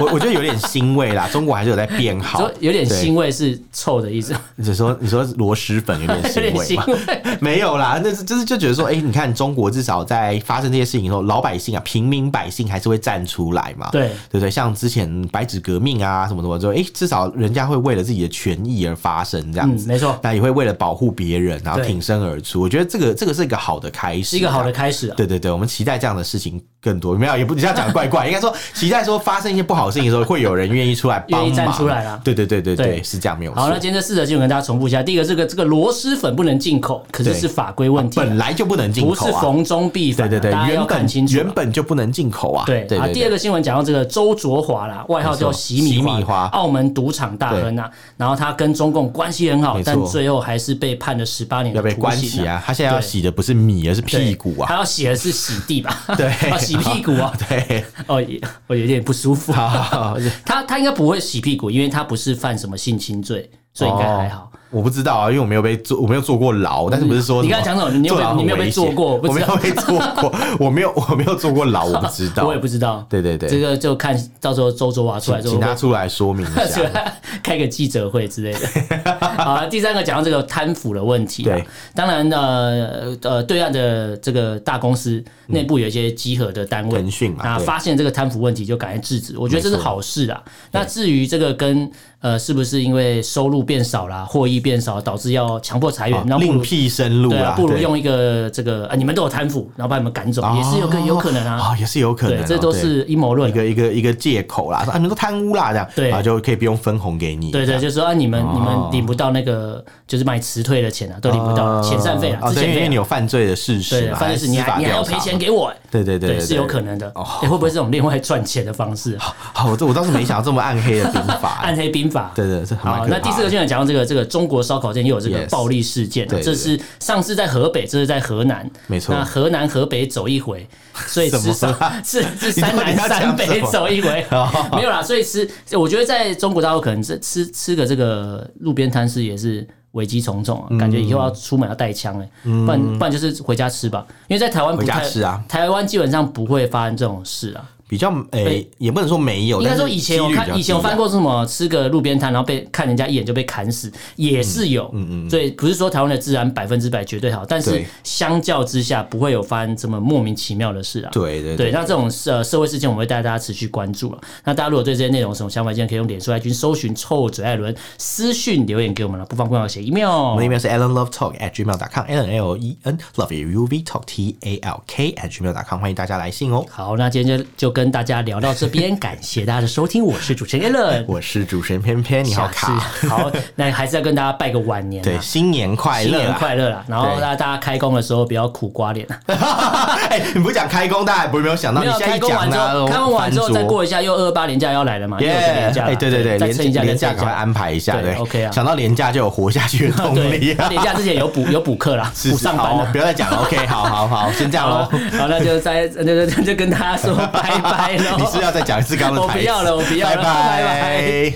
Speaker 1: 我我觉得有点欣慰啦， 中国还是有在变好
Speaker 2: 所。以有点
Speaker 1: 对
Speaker 2: 腥味是臭的意思，
Speaker 1: 你说你说螺蛳粉有点
Speaker 2: 有
Speaker 1: 欣
Speaker 2: 点
Speaker 1: 慰吗
Speaker 2: 腥？味。
Speaker 1: 没有啦，那是就是就觉得说，哎、你看中国至少在发生这些事情以后，老百姓啊，平民百姓还是会站出来嘛，
Speaker 2: 对
Speaker 1: 对不对？像之前白纸革命啊，什么什么之后，哎、至少人家会为了自己的权益而发声，这样
Speaker 2: 嗯
Speaker 1: 子，，
Speaker 2: 没错，
Speaker 1: 那也会为了保护别人，然后
Speaker 2: 对
Speaker 1: 挺身而出。我觉得这个这个是一个好的开始，
Speaker 2: 是一个好的开始啊。
Speaker 1: 对对对，我们期待这样的事情更多。没有，也不你这样讲怪 怪，应该说期待说发生一些不好的事情的时候，会有人愿意出来帮忙，
Speaker 2: 愿意站出来啦
Speaker 1: 对对对对对，
Speaker 2: 对
Speaker 1: 是这样没有
Speaker 2: 好，那
Speaker 1: 错。
Speaker 2: 今天这四则新闻跟大家重复一下。第一个，这个这个螺蛳粉不能进口，可是
Speaker 1: 对
Speaker 2: 是法规问题啊，
Speaker 1: 本来就不能进
Speaker 2: 不
Speaker 1: 口
Speaker 2: 是
Speaker 1: 啊，
Speaker 2: 逢中必反
Speaker 1: 对
Speaker 2: 啊，
Speaker 1: 对对，
Speaker 2: 大家要
Speaker 1: 原
Speaker 2: 看
Speaker 1: 本
Speaker 2: 清楚啊。
Speaker 1: 原本就不能进口啊。
Speaker 2: 对
Speaker 1: 对
Speaker 2: 啊，第二
Speaker 1: 个
Speaker 2: 个新闻讲到这个周卓华啦，外号叫
Speaker 1: 没错
Speaker 2: 洗米
Speaker 1: 洗米花
Speaker 2: 澳门赌场大亨啊，然后他跟中共关系很好
Speaker 1: 没，错
Speaker 2: 但最后还是被判了十八年的
Speaker 1: 要被
Speaker 2: 徒
Speaker 1: 关
Speaker 2: 刑
Speaker 1: 起啊，他现在要洗的不是米，而是
Speaker 2: 对
Speaker 1: 屁股
Speaker 2: 他
Speaker 1: 啊。
Speaker 2: 要洗的是洗地吧？
Speaker 1: 对！
Speaker 2: 啊，洗屁股啊
Speaker 1: 对，
Speaker 2: 哦，也我有点不舒服。
Speaker 1: 好好好，
Speaker 2: 他他应该不会洗屁股，因为他不是犯什么性侵罪，所以应该还好。嗯
Speaker 1: 我不知道啊，因为我没有被坐，我没有坐过牢，但是不是说
Speaker 2: 你刚才
Speaker 1: 什么
Speaker 2: 讲什么你有
Speaker 1: 坐
Speaker 2: 被
Speaker 1: 牢很
Speaker 2: 你没有被
Speaker 1: 危
Speaker 2: 坐
Speaker 1: 险
Speaker 2: 过我不
Speaker 1: 我没
Speaker 2: 知
Speaker 1: 有被坐过，我没有 我没有坐过牢，哦我不知道，
Speaker 2: 我也不知道。
Speaker 1: 对对对
Speaker 2: 这个就看到时候周卓华出来之后啊
Speaker 1: 请
Speaker 2: 会不
Speaker 1: 他
Speaker 2: 会
Speaker 1: 出来说明一
Speaker 2: 出
Speaker 1: 下。哦
Speaker 2: 来开个记者会之类的。 好啊，第三个讲到这个贪腐的问题啊
Speaker 1: 对，
Speaker 2: 当然呃呃，对岸的这个大公司内部有一些集合的单位
Speaker 1: 腾讯嘛
Speaker 2: 啊，
Speaker 1: 对
Speaker 2: 发现这个贪腐问题就赶快制止，我觉得这是
Speaker 1: 没错
Speaker 2: 好事啊。那至于这个跟呃是不是因为收入变少啦，获益变少导致要强迫裁员，那不
Speaker 1: 啊另
Speaker 2: 如。
Speaker 1: 辟生路
Speaker 2: 对啊
Speaker 1: 啦，，
Speaker 2: 不如
Speaker 1: 对
Speaker 2: 用一个这个啊，你们都有贪腐，然后把你们赶走，也是有个有可能啊。
Speaker 1: 哦，也是有可能
Speaker 2: 对
Speaker 1: 哦，，
Speaker 2: 这都是阴谋论
Speaker 1: 对一个一
Speaker 2: 啊。
Speaker 1: 个一个借口啦，说啊，你们都贪污啦，这样，
Speaker 2: 对
Speaker 1: 啊，就可以不用分红给你，
Speaker 2: 对
Speaker 1: 这
Speaker 2: 对，
Speaker 1: 样，
Speaker 2: 就是说啊，你们你
Speaker 1: 哦
Speaker 2: 们领不到那个，就是买辞退的钱啊，都领不到
Speaker 1: 啊
Speaker 2: 遣散费啊，
Speaker 1: 哦
Speaker 2: 之
Speaker 1: 对
Speaker 2: 前
Speaker 1: 因
Speaker 2: 费
Speaker 1: 为
Speaker 2: 啊
Speaker 1: 你有犯罪的事实
Speaker 2: 对，
Speaker 1: 嘛，
Speaker 2: 反正是你
Speaker 1: 司法
Speaker 2: 还你还要
Speaker 1: 调
Speaker 2: 赔
Speaker 1: 查
Speaker 2: 钱
Speaker 1: 嘛，
Speaker 2: 给我，哎
Speaker 1: 对对对，哦
Speaker 2: 是有可能的。哎，会不会是这种另外赚钱的方式啊？
Speaker 1: 好，我这我倒是没想到这么暗黑的兵法，
Speaker 2: 暗黑兵法。
Speaker 1: 对对，这蛮
Speaker 2: 好，
Speaker 1: 可
Speaker 2: 那
Speaker 1: 怕
Speaker 2: 第四个
Speaker 1: 的
Speaker 2: 新闻讲到这个这个中国烧烤店又有这个
Speaker 1: Yes
Speaker 2: 暴力事件啊
Speaker 1: 对对
Speaker 2: 这是上次在河北，这是在河南，
Speaker 1: 没错
Speaker 2: 那河南河北走一回，所以
Speaker 1: 什
Speaker 2: 吃
Speaker 1: 么
Speaker 2: 少
Speaker 1: 啦
Speaker 2: 是是三
Speaker 1: 你到底
Speaker 2: 南
Speaker 1: 要讲
Speaker 2: 三
Speaker 1: 什
Speaker 2: 北
Speaker 1: 么哦
Speaker 2: 走一回，没有啦，所以吃我觉得在中国大陆可能这吃吃个这个路边摊是也是。危机重重
Speaker 1: 嗯
Speaker 2: 啊！感觉以后要出门要带枪哎，不然不然就是回家吃吧，因为在台湾不
Speaker 1: 回家
Speaker 2: 太
Speaker 1: 吃啊
Speaker 2: 台湾基本上不会发生这种事啊。
Speaker 1: 比较诶，也不能说没有，
Speaker 2: 应
Speaker 1: 哦
Speaker 2: 该
Speaker 1: 但是
Speaker 2: 说以前我
Speaker 1: 几率比
Speaker 2: 看
Speaker 1: 较
Speaker 2: 以前我
Speaker 1: 低啊
Speaker 2: 翻过是什么吃个路边摊，然后被看人家一眼就被砍死，也是有。嗯嗯。所以不是说台湾的治安百分之百绝对好，但是
Speaker 1: 对
Speaker 2: 相较之下不会有发生这么莫名其妙的事啊。
Speaker 1: 对对
Speaker 2: 对，那这种呃社会事件，我们会带大家持续关注了。那大家如果对这些内容有什么想法，建议可以用脸书来群搜寻“臭嘴艾伦”，私讯留言给我们了，不妨官网写 email
Speaker 1: 我们。的 email 是 allenlovetalk at gmail.com，allen l e n love u v E talk t a l k at gmail.com，欢迎大家来信哦。
Speaker 2: 好，那今天就就跟大家聊到这边，感谢大家的收听，我是主持 人 Allen。
Speaker 1: 我是主持人偏偏，你好卡，
Speaker 2: 下次好，那还是要跟大家拜个晚年、啊。
Speaker 1: 对，新年快
Speaker 2: 新
Speaker 1: 乐
Speaker 2: 年
Speaker 1: 啊！
Speaker 2: 快乐啦！然后
Speaker 1: 对
Speaker 2: 大家大家开工的时候不要苦瓜脸， 啊
Speaker 1: 哎，你不讲开工，大家也不会没有想到，
Speaker 2: 没
Speaker 1: 你
Speaker 2: 有啊
Speaker 1: 现在
Speaker 2: 开
Speaker 1: 一
Speaker 2: 工完
Speaker 1: 讲
Speaker 2: 之后，
Speaker 1: 呢，
Speaker 2: 开工完之后
Speaker 1: 翻桌
Speaker 2: 再。过一下，又二八年假要来了嘛，又有
Speaker 1: 耶！
Speaker 2: 个年假啦，
Speaker 1: 哎，对对对，
Speaker 2: 再撑一下，
Speaker 1: 廉价赶
Speaker 2: 再撑
Speaker 1: 快
Speaker 2: 一下。
Speaker 1: 安排一下，对
Speaker 2: 对 OK 啊
Speaker 1: 想到廉价就有活下去的动力
Speaker 2: 对，
Speaker 1: 啊！
Speaker 2: 年假之前有补有补课啦，
Speaker 1: 是
Speaker 2: 补
Speaker 1: 是
Speaker 2: 上班
Speaker 1: 好
Speaker 2: 啦。
Speaker 1: 不要再讲了。OK，好好好，先这样
Speaker 2: 好了
Speaker 1: 喽。，
Speaker 2: 好，那就再就就就跟大家 说拜拜 喽。
Speaker 1: 你是不是要再讲一次刚刚的
Speaker 2: 我
Speaker 1: 台词？
Speaker 2: 不要了我不要了
Speaker 1: 拜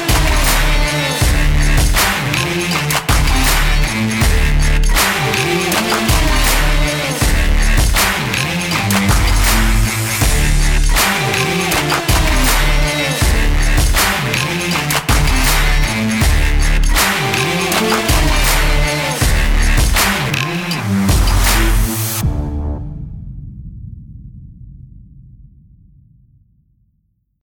Speaker 2: 拜
Speaker 1: 拜。